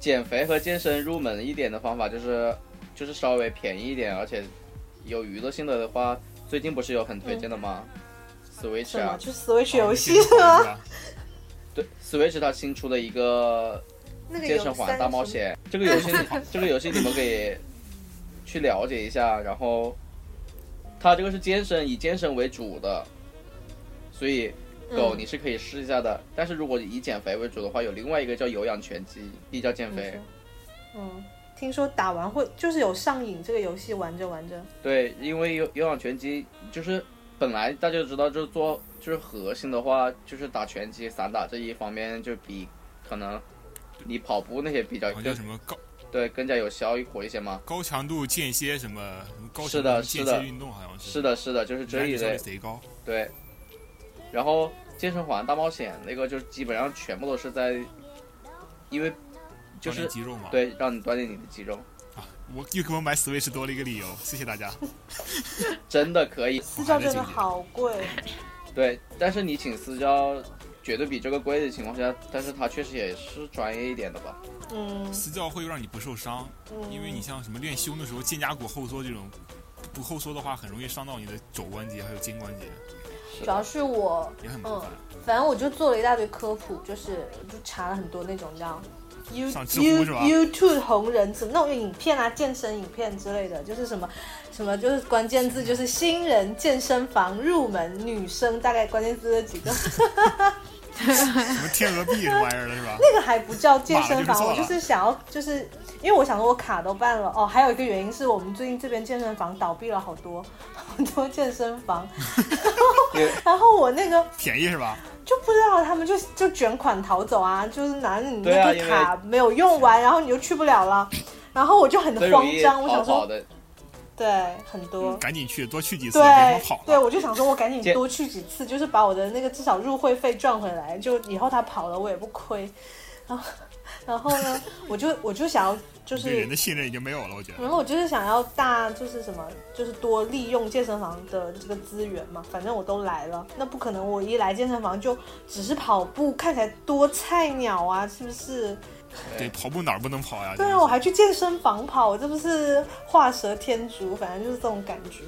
减肥和健身入门一点的方法就是，就是稍微便宜一点，而且有娱乐性的的话，最近不是有很推荐的吗、s w i t c
什
h
么？
啊，
嗯就 Switch
错
游戏是吗？
吧？
(laughs)
对，Switch 它新出了一个
那个
健
有
身环
三
大冒
十
险，这个
(laughs)
游戏这个游戏你们可以去了解一下，然后它这个是健身以健身为主的，所以狗
嗯
你是可以试一下的，但是如果以减肥为主的话，有另外一个叫有氧拳击，也叫减
你
肥
说，嗯，听说打完会就是有上瘾，这个游戏玩着玩着，
对，因为有有氧拳击就是本来大家就知道，就是做就是核心的话，就是打拳击、散打这一方面就比可能你跑步那些比较
好像叫
更
什么高
对更加有效果一些嘛。
高强度间歇什么什么高
是
强
的
度
是
间
的
歇运动，好像
是的，是的，就是这
燃
一
脂效率
类。
贼高。
对，然后健身环大冒险那个就是基本上全部都是在，因为就
锻炼
是
肌肉嘛。
对让你锻炼你的肌肉，
啊，我又给我买 Switch 多了一个理由，谢谢大
(laughs)
家。
真的可以。
私教真的好贵，
(laughs)
对，但是你请私教绝对比这个贵的情况下，但是它确实也是专业一点的吧。
嗯
私教会让你不受伤，
嗯，
因为你像什么练胸的时候，肩胛骨后缩这种，不后缩的话，很容易伤到你的肘关节还有肩关节，
是
主要
的，
是我嗯
也很麻烦。
反正我就做了一大堆科普，就是就查了很多那种你知道 You
上知乎
You
是吧
YouTube 红人怎么那种影片啊，健身影片之类的，就是什么什么就是关键字就是新人健身房入门女生，大概关键字这几个，
什么天鹅臂什么玩意儿的是吧？
(laughs) 这个还不叫健身
马
房，
上
我
就
就
做了
是想要就是因为我想说我卡都办了哦，还有一个原因是我们最近这边健身房倒闭了好多 (laughs) 好多健身房，
(laughs) 因为
然后我那个
便宜是吧？
就不知道他们就就卷款逃走啊，就是拿着你
对啊
那
因
个
为
卡没有用完，然后你就去不了了，然后我就很
最
慌
容易
张，我
逃
想
跑
说
的。
对很多。
赶紧去多去几次，别他妈
哦对
跑了。
对，我就想说，我赶紧
见
多去几次，就是把我的那个至少入会费赚回来，就以后他跑了我也不亏。然后，然后呢，我就我就想要就
对
是
人的信任已经没有了，我觉得。
然后我就是想要大，就是什么，就是多利用健身房的这个资源嘛。反正我都来了，那不可能我一来健身房就只是跑步，看起来多菜鸟啊，是不是？
对，跑步哪儿不能跑呀？真
对啊，
的是
我还去健身房跑，我这不是画蛇添足，反正就是这种感觉。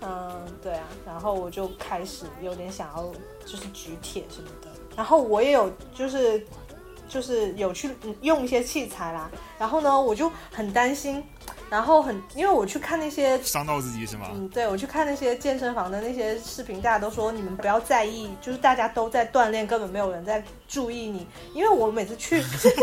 嗯，对啊，然后我就开始有点想要就是举铁什么的，然后我也有就是就是有去嗯用一些器材啦，然后呢我就很担心，然后很因为我去看那些
伤到自己是吗？
嗯，对，我去看那些健身房的那些视频，大家都说你们不要在意，就是大家都在锻炼，根本没有人在注意你。因为我每次去，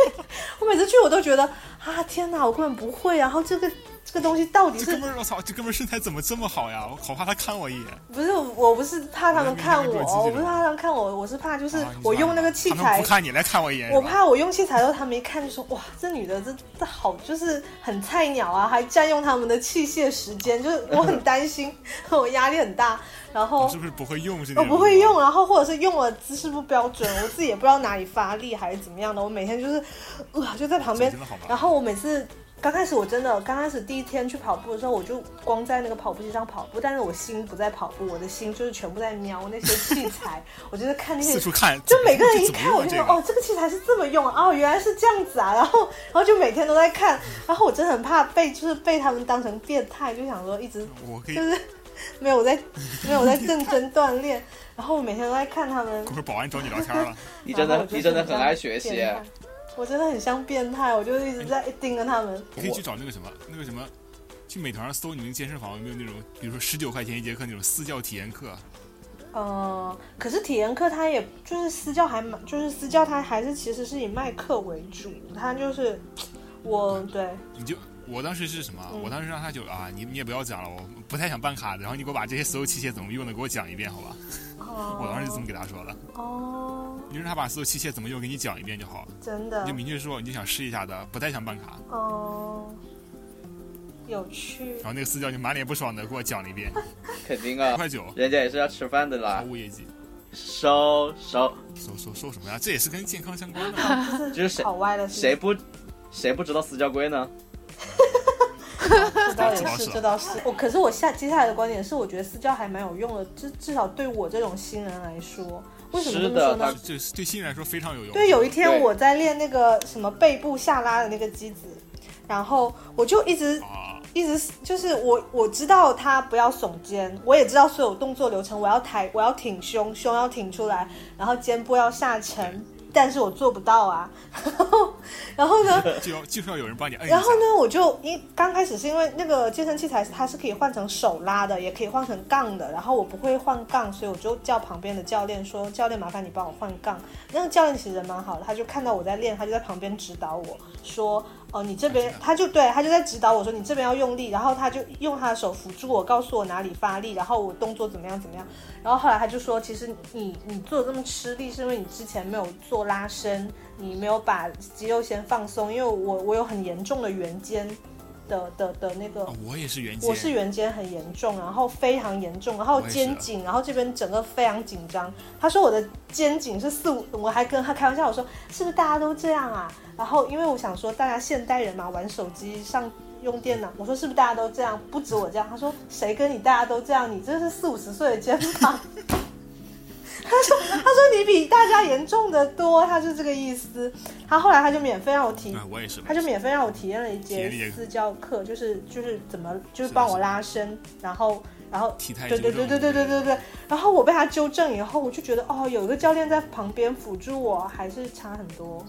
(laughs) 我每次去我都觉得啊，天哪，我根本不会。啊然后这个这个东西到底
这哥
是
们儿，我操，这哥们儿身材怎么这么好呀？我好怕他看我一眼。
不是？我不是怕他们看我，
明明就是这种
我不是怕他们看我，我是怕就是
啊你
我
说
用那个器
他们
材
不，看你来看我一眼。
我
是吧
怕我用器材之后他们一看就说哇，这女的这这好就是很菜鸟啊，还占用他们的器械时间，就是我很担心， (laughs) 我压力很大。然后
你是不是不会用这？
我不会用，。然后或者是用了姿势不标准，我自己也不知道哪里发力还是怎么样的。我每天就是，哇、就在旁边
这真的好麻。烦
然后我每次刚开始我真的刚开始第一天去跑步的时候，我就光在那个跑步机上跑步，但是我心不在跑步，我的心就是全部在瞄那些
(laughs)
器材，我就是看那
四
些
处看，
就每个人
这
一
怎么
看，我就
用
说、
啊
哦，这个器材是这么用啊，哦，原来是这样子啊，然后然后就每天都在
嗯
看，然后我真的很怕被就是被他们当成变态，就想说一直
这个我可以
就，是 (laughs) 没有在没有在认真锻炼，然后我每天都在看他们
过。会儿保安找你聊天
(laughs)
了。
你真
然后
的
我，就
你真的
像
很爱学习。
变态。我真的很像变态，我就一直在盯着他们。
你可以去找那个什么，那个什么，去美团上搜你们健身房有没有那种，比如说十九块钱一节课那种私教体验课，
嗯，可是体验课它也就是私教还蛮，就是私教它还是其实是以卖课为主，它就是我对
你就。我当时是什么？
嗯
我当时让他就啊，你你也不要讲了，我不太想办卡的。然后你给我把这些所有器械怎么用的给我讲一遍，好吧？我当时就这么
哦
给他说了，
哦，
你让他把所有器械怎么用给你讲一遍就好了。
真的
你就明确说你就想试一下的，不太想办卡。
哦，有趣
然。后那个私教就满脸不爽的给我讲了一遍，
肯定
八
啊，
块九，
人家也是要吃饭的
毫
啦。
无业绩。
收收，
说说说什么呀？这也是跟健康相关的
啊
嘛。
就是谁
好歪的事
谁不谁不知道私教规呢？
这倒也
这倒
是，
是
这倒是。我可是我下接下来的观点是，我觉得私教还蛮有用的，至至少对我这种新人来说，为什么这么说
是的他
呢？
这是对新人来说非常有用。
对，有一天
对
我在练那个什么背部下拉的那个机子，然后我就一直
啊，
一直就是我我知道他不要耸肩，我也知道所有动作流程，我要抬，我要挺胸，胸要挺出来，然后肩部要下沉，但是我做不到啊。 (laughs) 然后，然后呢，
就要就是要有人帮你摁一下。
然后呢，我就一刚开始是因为那个健身器材它是可以换成手拉的，也可以换成杠的。然后我不会换杠，所以我就叫旁边的教练说：“教练，麻烦你帮我换杠。”那个教练其实人蛮好的，他就看到我在练，他就在旁边指导我说：“哦，你这边，他就对他就在指导我说你这边要用力。”然后他就用他的手扶住我，告诉我哪里发力，然后我动作怎么样怎么样。然后后来他就说，其实你你做这么吃力，是因为你之前没有做拉伸，你没有把肌肉先放松。因为我我有很严重的圆肩的的的那个
啊，我也是原
我是圆肩很严重，然后非常严重，然后
我也是啊
肩颈，然后这边整个非常紧张。他说我的肩颈是四五，我还跟他开玩笑，我说是不是大家都这样啊？然后因为我想说大家现代人嘛，玩手机上。用电脑，我说是不是大家都这样？不止我这样。他说谁跟你大家都这样？你这是四五十岁的肩膀。 (laughs) 他说他说你比大家严重的多，他是这个意思。他后来他就免费让我提
啊，我也是。
他就免费让我体验了一
体
节
验了一节
私教课，就是就是怎么就是帮我拉伸，然后然后
体态
对对
纠
对
正
对对对对对，然后我被他纠正以后，我就觉得哦，有一个教练在旁边辅助我，还是差很多，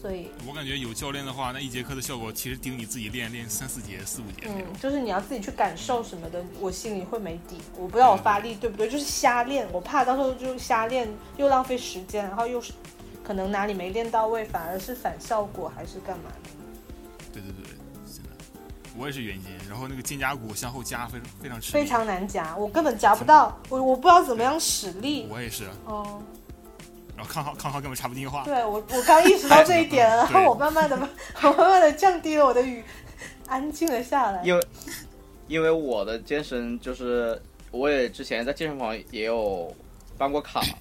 所以
我感觉有教练的话，那一节课的效果其实顶你自己练练三四节、四五节那
嗯
种。，
就是你要自己去感受什么的，我心里会没底，我不知道我发力对不对，就是瞎练，我怕到时候就瞎练又浪费时间，然后又是可能哪里没练到位，反而是反效果还是干嘛的，
对对对，真的，我也是圆肩，然后那个肩胛骨向后夹非常非常吃力，
非常难夹，我根本夹不到，我我不知道怎么样使力。
我也是，
哦，
然后康浩康浩跟我插不进话，
对我我刚意识到这一
(laughs)
点，
哎
然后
对
我慢慢的我慢慢的降低了我的语，安静了下来。
因为因为我的健身就是我也之前在健身房也有办过卡，
嗯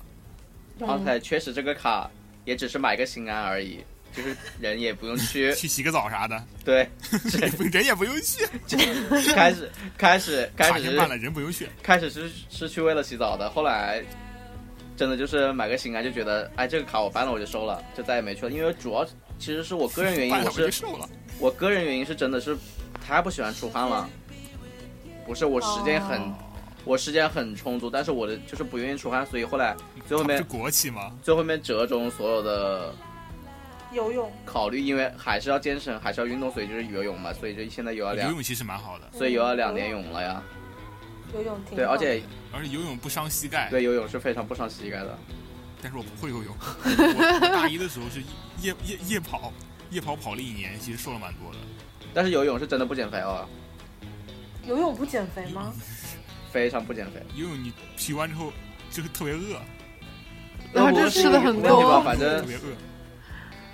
然后才确实这个卡也只是买个心安而已，就是人也不
(laughs)
用去
去洗个澡啥的，
对，
也不 (laughs) 人也不用去，
开始开始
卡
开始
先办了，人不用去，
开始是是去为了洗澡的，后来真的就是买个心安，就觉得哎这个卡我办了我就收了，就再也没去了。因为主要其实是我个人原因，
办
我
了我就是瘦了，
我个人原因是真的是太不喜欢出汗了，不是我时间很、
哦
我时间很充足，但是我的就是不愿意出汗，所以后来最后
他不 (laughs) 是
面
国企吗？
最后面折中所有的
游泳，
考虑，因为还是要健身，还是要运动，所以就是游泳嘛，所以就现在游了
游
两，
泳其实蛮好的，
所以游了两年泳了呀。
游泳
嗯
挺
对，
好
而且
而且游泳不伤膝盖，
对游泳是非常不伤膝盖的。
但是我不会游泳。我大一的时候是夜夜夜跑，夜跑跑了一年，其实瘦了蛮多的。
但是游泳是真的不减肥哦，
游泳不减肥吗？
非常不减肥。
游泳你洗完之后就是特别饿，
啊
然后
那我
就吃的很
没有办
多
法，反正
特别饿。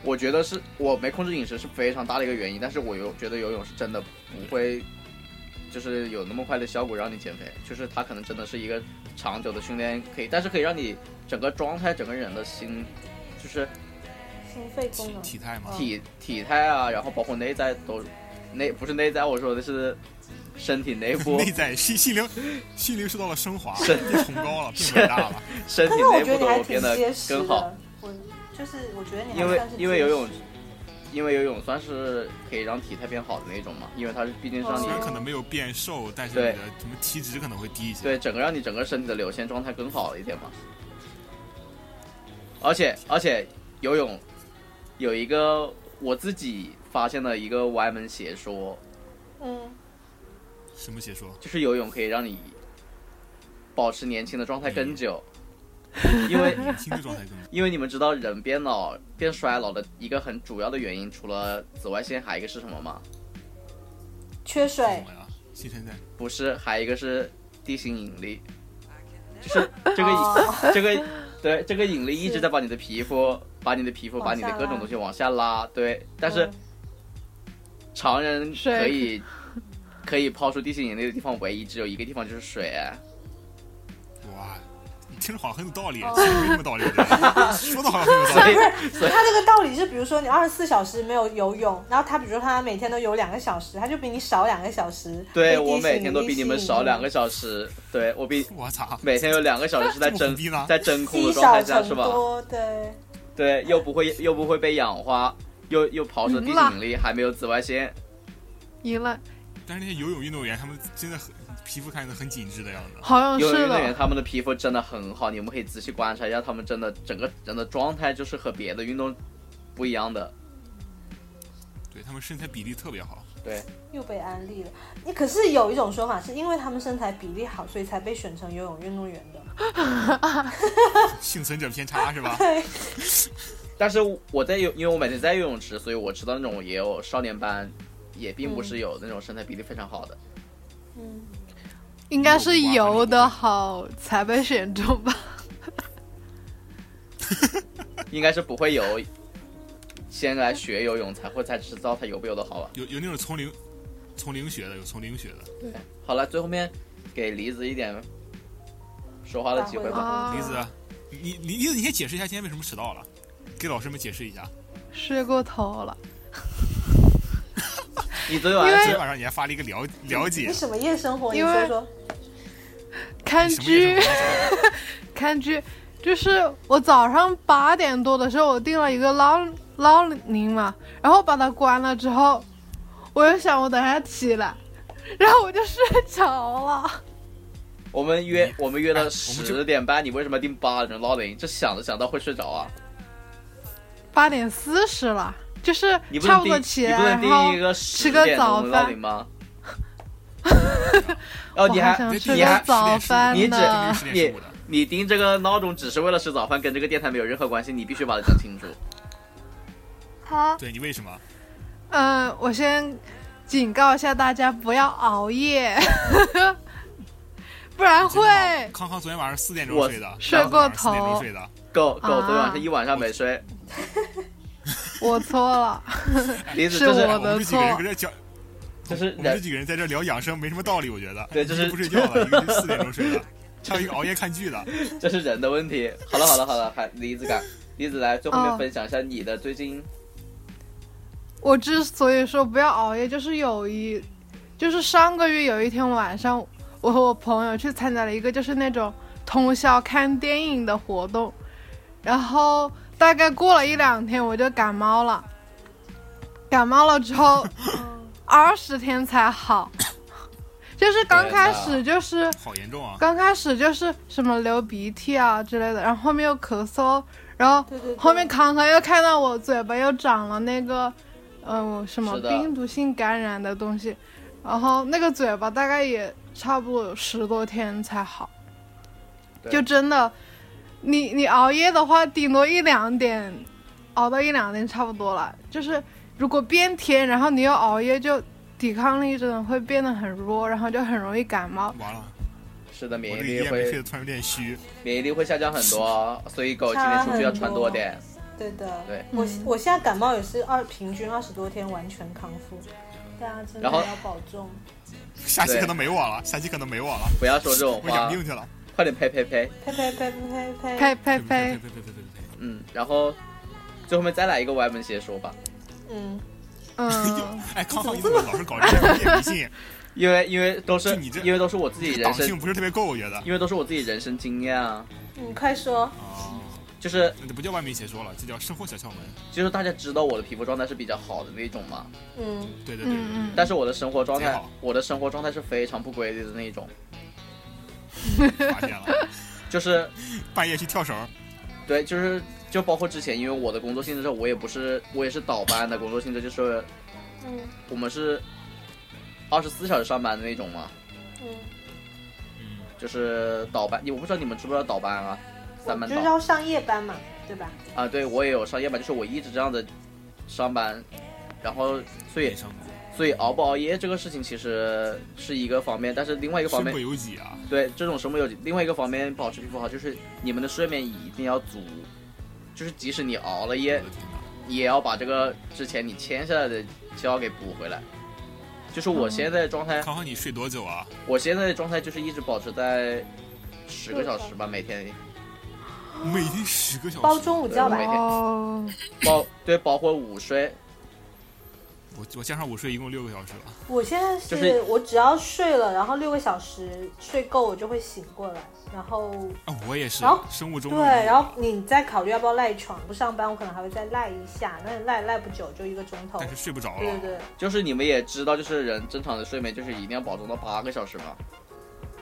我觉得是我没控制饮食是非常大的一个原因，但是我游觉得游泳是真的不会，就是有那么快的效果让你减肥，就是它可能真的是一个长久的训练，可以，但是可以让你整个状态、整个人的心，就是
心肺功能。
体态嘛，
哦
体体态啊，然后包括内在都内不是内在，我说的是身体内部，
(laughs) (laughs) 内在心心灵心灵受到了升华，
是
变崇高
(laughs)
了，变伟大了。
身体
但是我
内
觉得
部
你还
都
挺
变得
结实
更好。
的。我就是我觉得你还
因为
算是
因为游泳
结实，
因为游泳算是可以让体态变好的那种嘛，因为它是毕竟是让你
虽
哦
然可能没有变瘦，但是
对
你的什么体脂可能会低一些。
对整个让你整个身体的流线状态更好一点嘛。而且而且游泳有一个我自己发现的一个歪门邪说，
嗯，
什么邪说？
就是游泳可以让你保持年轻的状态更久，因
(laughs)
为
年轻的状态更
因为你们知道人变老变衰老的一个很主要的原因，除了紫外线，还有一个是什么吗？
缺水
嗯
什么呀？新陈代谢
不是，还有一个是地心引力，
(laughs)
就是这个、
哦
(laughs) 这个对这个引力一直在把你的皮肤、把你的皮肤、
往
把你的
下
各
拉
种东西往下拉，对。但是
嗯
常人
水
可以 (laughs) 可以抛出地心引力的地方，唯一只有一个地方就
(laughs)
是水。
哇，啊你听着好像很有道理，
哦
其实没什么道理的，说的好像很有道
(laughs)
理。
他这个道理是，比如说你二十四小时没有游泳，然后他比如说他每天都游两个小时，他就比你少两个小时。
对
被地
我
心
每
引
天都
力
比你们
吸引
少两个小时，对我
(laughs)
比
我操，
每天有两个小时是在
这么
真
苦逼呢？
在真空
积
的状
少
态下，
成
是吧？
多，对，
对，又不会又不会被氧化，又又抛出地
赢了
心引
嗯
力，还没有紫外线。
赢了，
但是那些游泳运动员，他们真的很皮肤看起来很紧致的样子。
好像
游泳
是
运动员
的。
他们的皮肤真的很好，你们可以仔细观察一下，他们真的整个人的状态就是和别的运动不一样的。
对他们身材比例特别好，
对，
又被安利了。你可是有一种说法是因为他们身材比例好，所以才被选成游泳运动员的。
幸存者偏
(laughs)
差是吧？
对，
但是我在游，因为我每天在游泳池，所以我知道那种也有少年班，也并
嗯
不是有那种身材比例非常好的。
嗯，
应该是游的好才被选中吧？ (laughs)
应该是不会游，先来学游泳才会才知道他游不游得好吧。
有有那种从零从零学的，有从零学的。
好了，最后面给梨子一点说话的机会吧。
哦
啊
李，子，你你李子，你先解释一下今天为什么迟到了，给老师们解释一下。
睡过头了。
你昨天晚上
呃
今
是
天晚上你还发了一个了了
你
解，
什么夜生活？你
因为
说说。
看
什么也
剧
是，不能说
看剧，就是我早上八点多的时候，我订了一个捞捞铃嘛，然后把它关了之后，我又想我等下起来，然后我就睡着了。
我们约我们约
哎
到
我们就
十点半，你为什么定八点钟闹铃？这想着想到会睡着啊！
八点四十了，就是
你不
差
能
不
定
多起
你不
来，
能
然后
定一个十
吃
点
个
钟
早
的闹铃
饭。 (laughs)
吗？哦，
我
你
还
还
想
你
吃
还
个早饭
你只
呢。
十点
你
十五的，
你定这个闹钟只是为了吃早饭，跟这个电台没有任何关系，你必须把它讲清楚。
好，
对你为什么？
嗯，我先警告一下大家，不要
(laughs)
熬夜， (laughs) 不然会
真的吗康康昨天晚上四点钟
我
睡的，
睡过头
四点钟睡的。
够够，昨天晚
啊
上一晚上没睡，
我错了。
李子
是
这
我
我
是
的
们这几个人搁这讲，
这是
我们这 (laughs)
人
几个人在这聊养生没什么道理，我觉得。
对这是
一个不睡觉啊
(laughs)
了，一个是四点钟睡的，还有一个熬夜看剧的。
这是人的问题。好了好了好了，还李子
(laughs)
干，李子来最后面
哦
分享一下你的最近
我之所以说不要熬夜，就是有一，就是上个月有一天晚上，我和我朋友去参加了一个就是那种通宵看电影的活动，然后大概过了一两天我就感冒了，感冒了之后二十天才好， (coughs) 就是刚开始就是。
好严重啊！
刚开始就是什么流鼻涕啊之类的，然后后面又咳嗽，然后
对对对
后面康康又看到我嘴巴又长了那个，嗯、什么
是的
病毒性感染的东西，然后那个嘴巴大概也差不多有十多天才好，
对
就真的，你你熬夜的话，顶多一两点，熬到一两点差不多了。就是如果变天，然后你又熬夜，就抵抗力真的会变得很弱，然后就很容易感冒。
完了，
是的
我
免
这
疫
一
力
夜没睡，
会
突然有点虚。
免疫力会下降很多，哦所以狗今天出去要穿多点。
对的，
对
我
嗯
我现在感冒也是二平均二十多天完全康复，大家啊真的
然后
要保重。
下期
对
可能没我了，下期可能没我了，
不要说这种
我养
话，
病去了。
快点呸呸呸！
呸呸呸呸呸呸！
呸
呸呸
呸呸
呸！
呸呸呸！
嗯，然后最后面再来一个歪门邪说吧，
嗯，
(laughs)
嗯，
哎，康康，你怎么老是搞这些迷信？
因为因为都是
就你这
因为都是我自己人
档性
生，
不是特别够，我觉得。
因为都是我自己人生经验啊，
你嗯快说，
哦，
就是
那不叫外面邪说了，这叫生活小窍门。
就是大家知道我的皮肤状态是比较好的那种嘛，
嗯，
对对对对
嗯
但是我的生活状
贼
态
好，
我的生活状态是非常不规律的那种，
对，发现了，
就是
半夜去跳绳，
对，就是就包括之前，因为我的工作性质上，我也不是我也是倒班的工作性质，就是
嗯
我们是二十四小时上班的那种嘛，
嗯，
嗯，
就是倒班。你我不知道你们知不知道倒班啊，
我
三班
就是
倒
要上夜班嘛，对吧？
啊，对我也有上夜班，就是我一直这样的上班，然后所以
没上过，
所以熬不熬夜这个事情其实是一个方面，但是另外一个方
身不
面，
由己啊。
对这种什么有另外一个方面保持皮肤好，就是你们的睡眠一定要足，就是即使你熬了夜
我，的天哪！
也要把这个之前你签下来的就要给补回来。就是我现在的状态，
康康，你睡多久啊？
我现在的状态就是一直保持在十个小时吧，每天
每天十个小
包
时。
中午觉
对
吧，
哦，
包对包括午睡，
我我加上午睡一共六个小时了。
我现在是、
就是
我只要睡了，然后六个小时睡够，我就会醒过来，然后
啊，我也是
然后，
生物钟。
对，然后你再考虑要不要赖床，不上班我可能还会再赖一下，那赖赖不久就一个钟头
但，是睡不着
对对
了。
对，
就是你们也知道，就是人正常的睡眠就是一定要保证到八个小时嘛，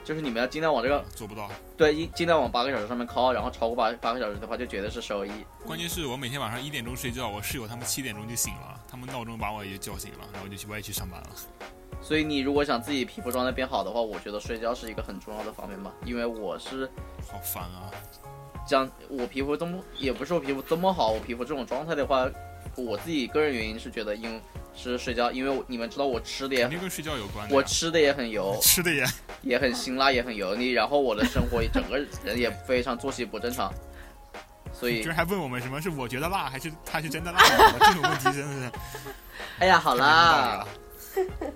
就是你们要尽量往这个
做不到，
对一尽量往八个小时上面靠，然后超过八八个小时的话就绝对是收益。
关键是我每天晚上一点钟睡觉，我室友他们七点钟就醒了，他们闹钟把我也叫醒了，然后就去我也去上班了。
所以你如果想自己皮肤状态变好的话，我觉得睡觉是一个很重要的方面吧，因为我是
好烦啊！
讲我皮肤这么，也不是我皮肤这么好，我皮肤这种状态的话，我自己个人原因是觉得因是睡觉，因为我你们知道我吃的也
肯定跟睡觉有关的呀。
哎我吃的也很油，
吃的也
也很辛辣，也很油腻，然后我的生活整个人也非常作息不正常，所
居
以
然还问我们什么是我觉得辣还是他是真的辣，我这种问题真的是
哎呀好
太没道 (laughs)
啦
理，了。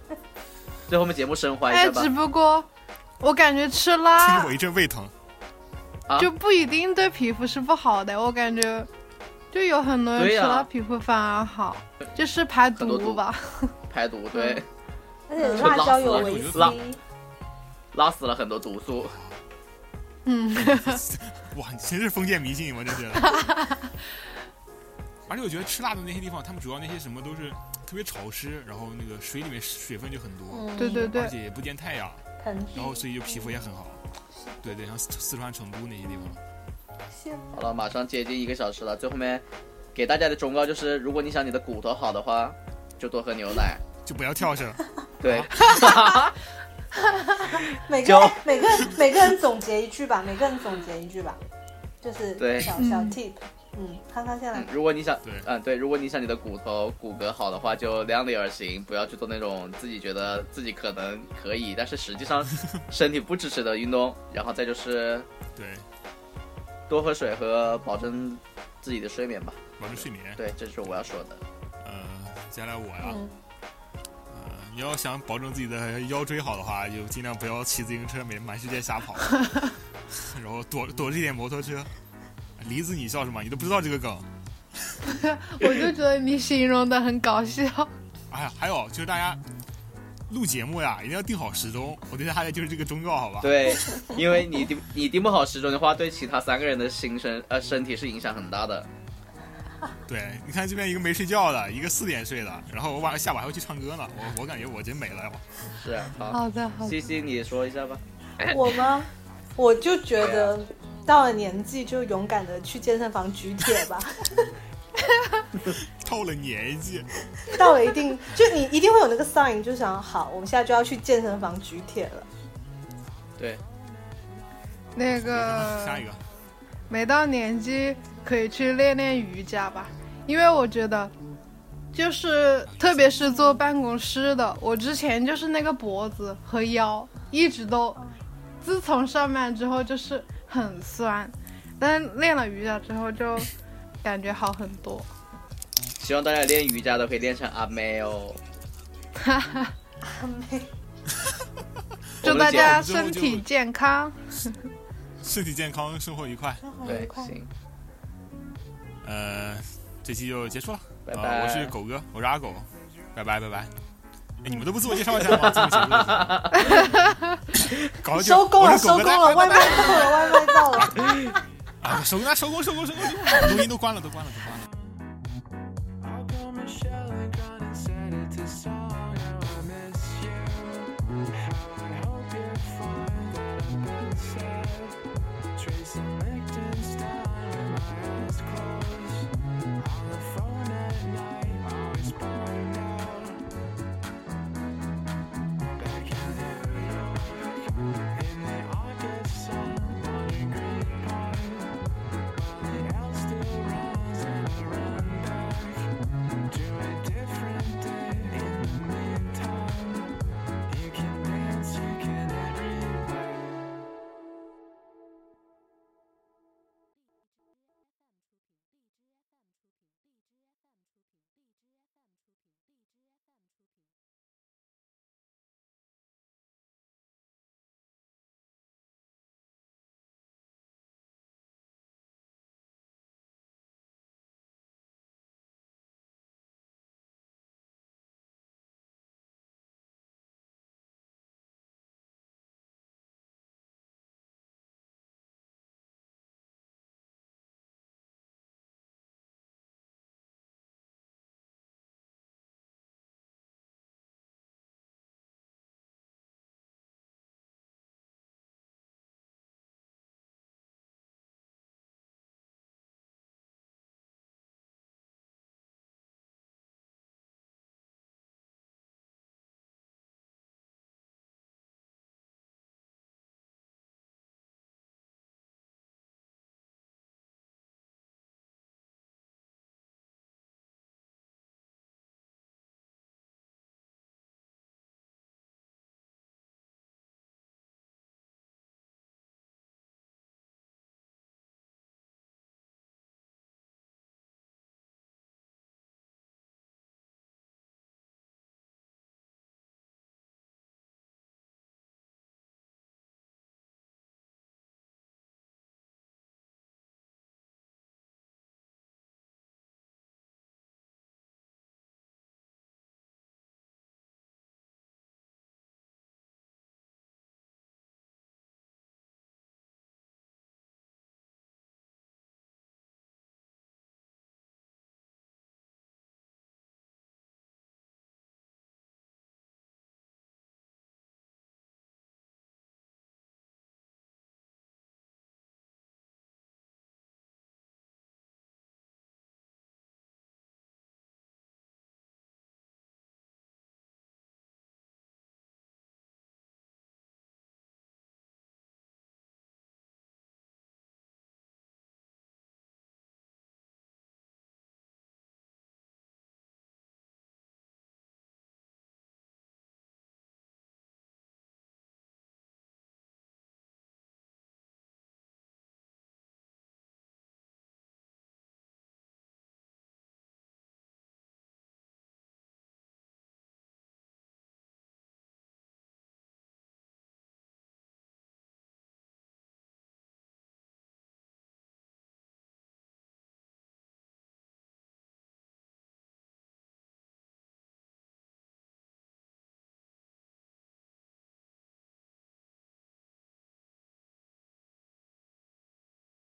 最后我们节目升华一
哎，
下
只
吧，
不过我感觉吃
听
辣
着我一阵胃疼，
啊
就不一定对皮肤是不好的，我感觉就有很多人
对
吃
呀
辣皮肤反而好，就是排
很多
毒
毒
吧。
排毒对，
而且辣椒有维 C，
辣 (laughs) 拉死了很多毒素，
(laughs) 嗯，
哇，你真是封建迷信，我真觉得。 (laughs) 而且我觉得吃辣的那些地方，他们主要那些什么都是特别潮湿，然后那个水里面水分就很多，
嗯，
对对
而
(laughs)
对，
且也不见太阳，
盆
然后
地
所以就皮肤也很好。对对，像四四川成都那些地方，
羡慕
好了，马上接近一个小时了，最后面给大家的忠告就是，如果你想你的骨头好的话，就多喝牛奶，
就不要跳绳。
(laughs) 对。
每个
就
人每个人每个人总结一句吧，每个人总结一句吧，就是
对
小小
嗯
tip，嗯，他他现在
嗯，如果你想，
对
嗯，对，如果你想你的骨头骨骼好的话，就量力而行，不要去做那种自己觉得自己可能可以，但是实际上身体不支持的运动。然后再就是
对，
多喝水和保证自己的睡眠吧。
保证睡眠。
(laughs) 对，这是我要说的。
呃，接下来我呀，
嗯
呃，你要想保证自己的腰椎好的话，就尽量不要骑自行车，每满世界瞎
(laughs)
跑，然后躲躲着一点摩托车。梨子，你笑什么？你都不知道这个梗。
我就觉得你形容的很搞笑。
哎呀，还有就是大家录节目呀，一定要定好时钟。我对大家就是这个忠告，好吧？
(laughs) 对，因为你定你定不好时钟的话，对其他三个人的心身呃身体是影响很大的。
对，你看这边一个没睡觉的，一个四点睡的，然后我晚上下午还会去唱歌呢。我我感觉我真没了呀。
是啊，好，
好的，好的，
西西你说一下吧。
嗯
我吗？我就觉得到了年纪就勇敢的去健身房举铁吧。
到了年纪，
到了一定，就你一定会有那个 sign，就想好，我们现在就要去健身房举铁了。
对，
那
嗯
个
下一个，
没到年纪可以去练练瑜伽吧，因为我觉得，就是特别是坐办公室的，我之前就是那个脖子和腰一直都，自从上班之后就是很酸，但练了瑜伽之后就感觉好很多。
希望大家练瑜伽都可以练成阿妹哦。
阿妹，
祝
我们
大
节
家
目之后
身
就
体健康。
身体健康，生活愉快。
那好愉
对，
快。
行，
呃，这期就结束了。
拜拜。
呃，我是狗哥，我是阿狗，拜拜拜拜。
嗯
哎，你们都不自我介绍一下
(laughs)
吗？这么结束的时候搞得就
收工了，
我是
收
狗
工
哥
了，
拜拜
外卖到了，外卖到了。
啊，收工，那收工，收工，收工，收工，录音都关了，都关了，都关了。
I'll go Michelle and gone and set it to song.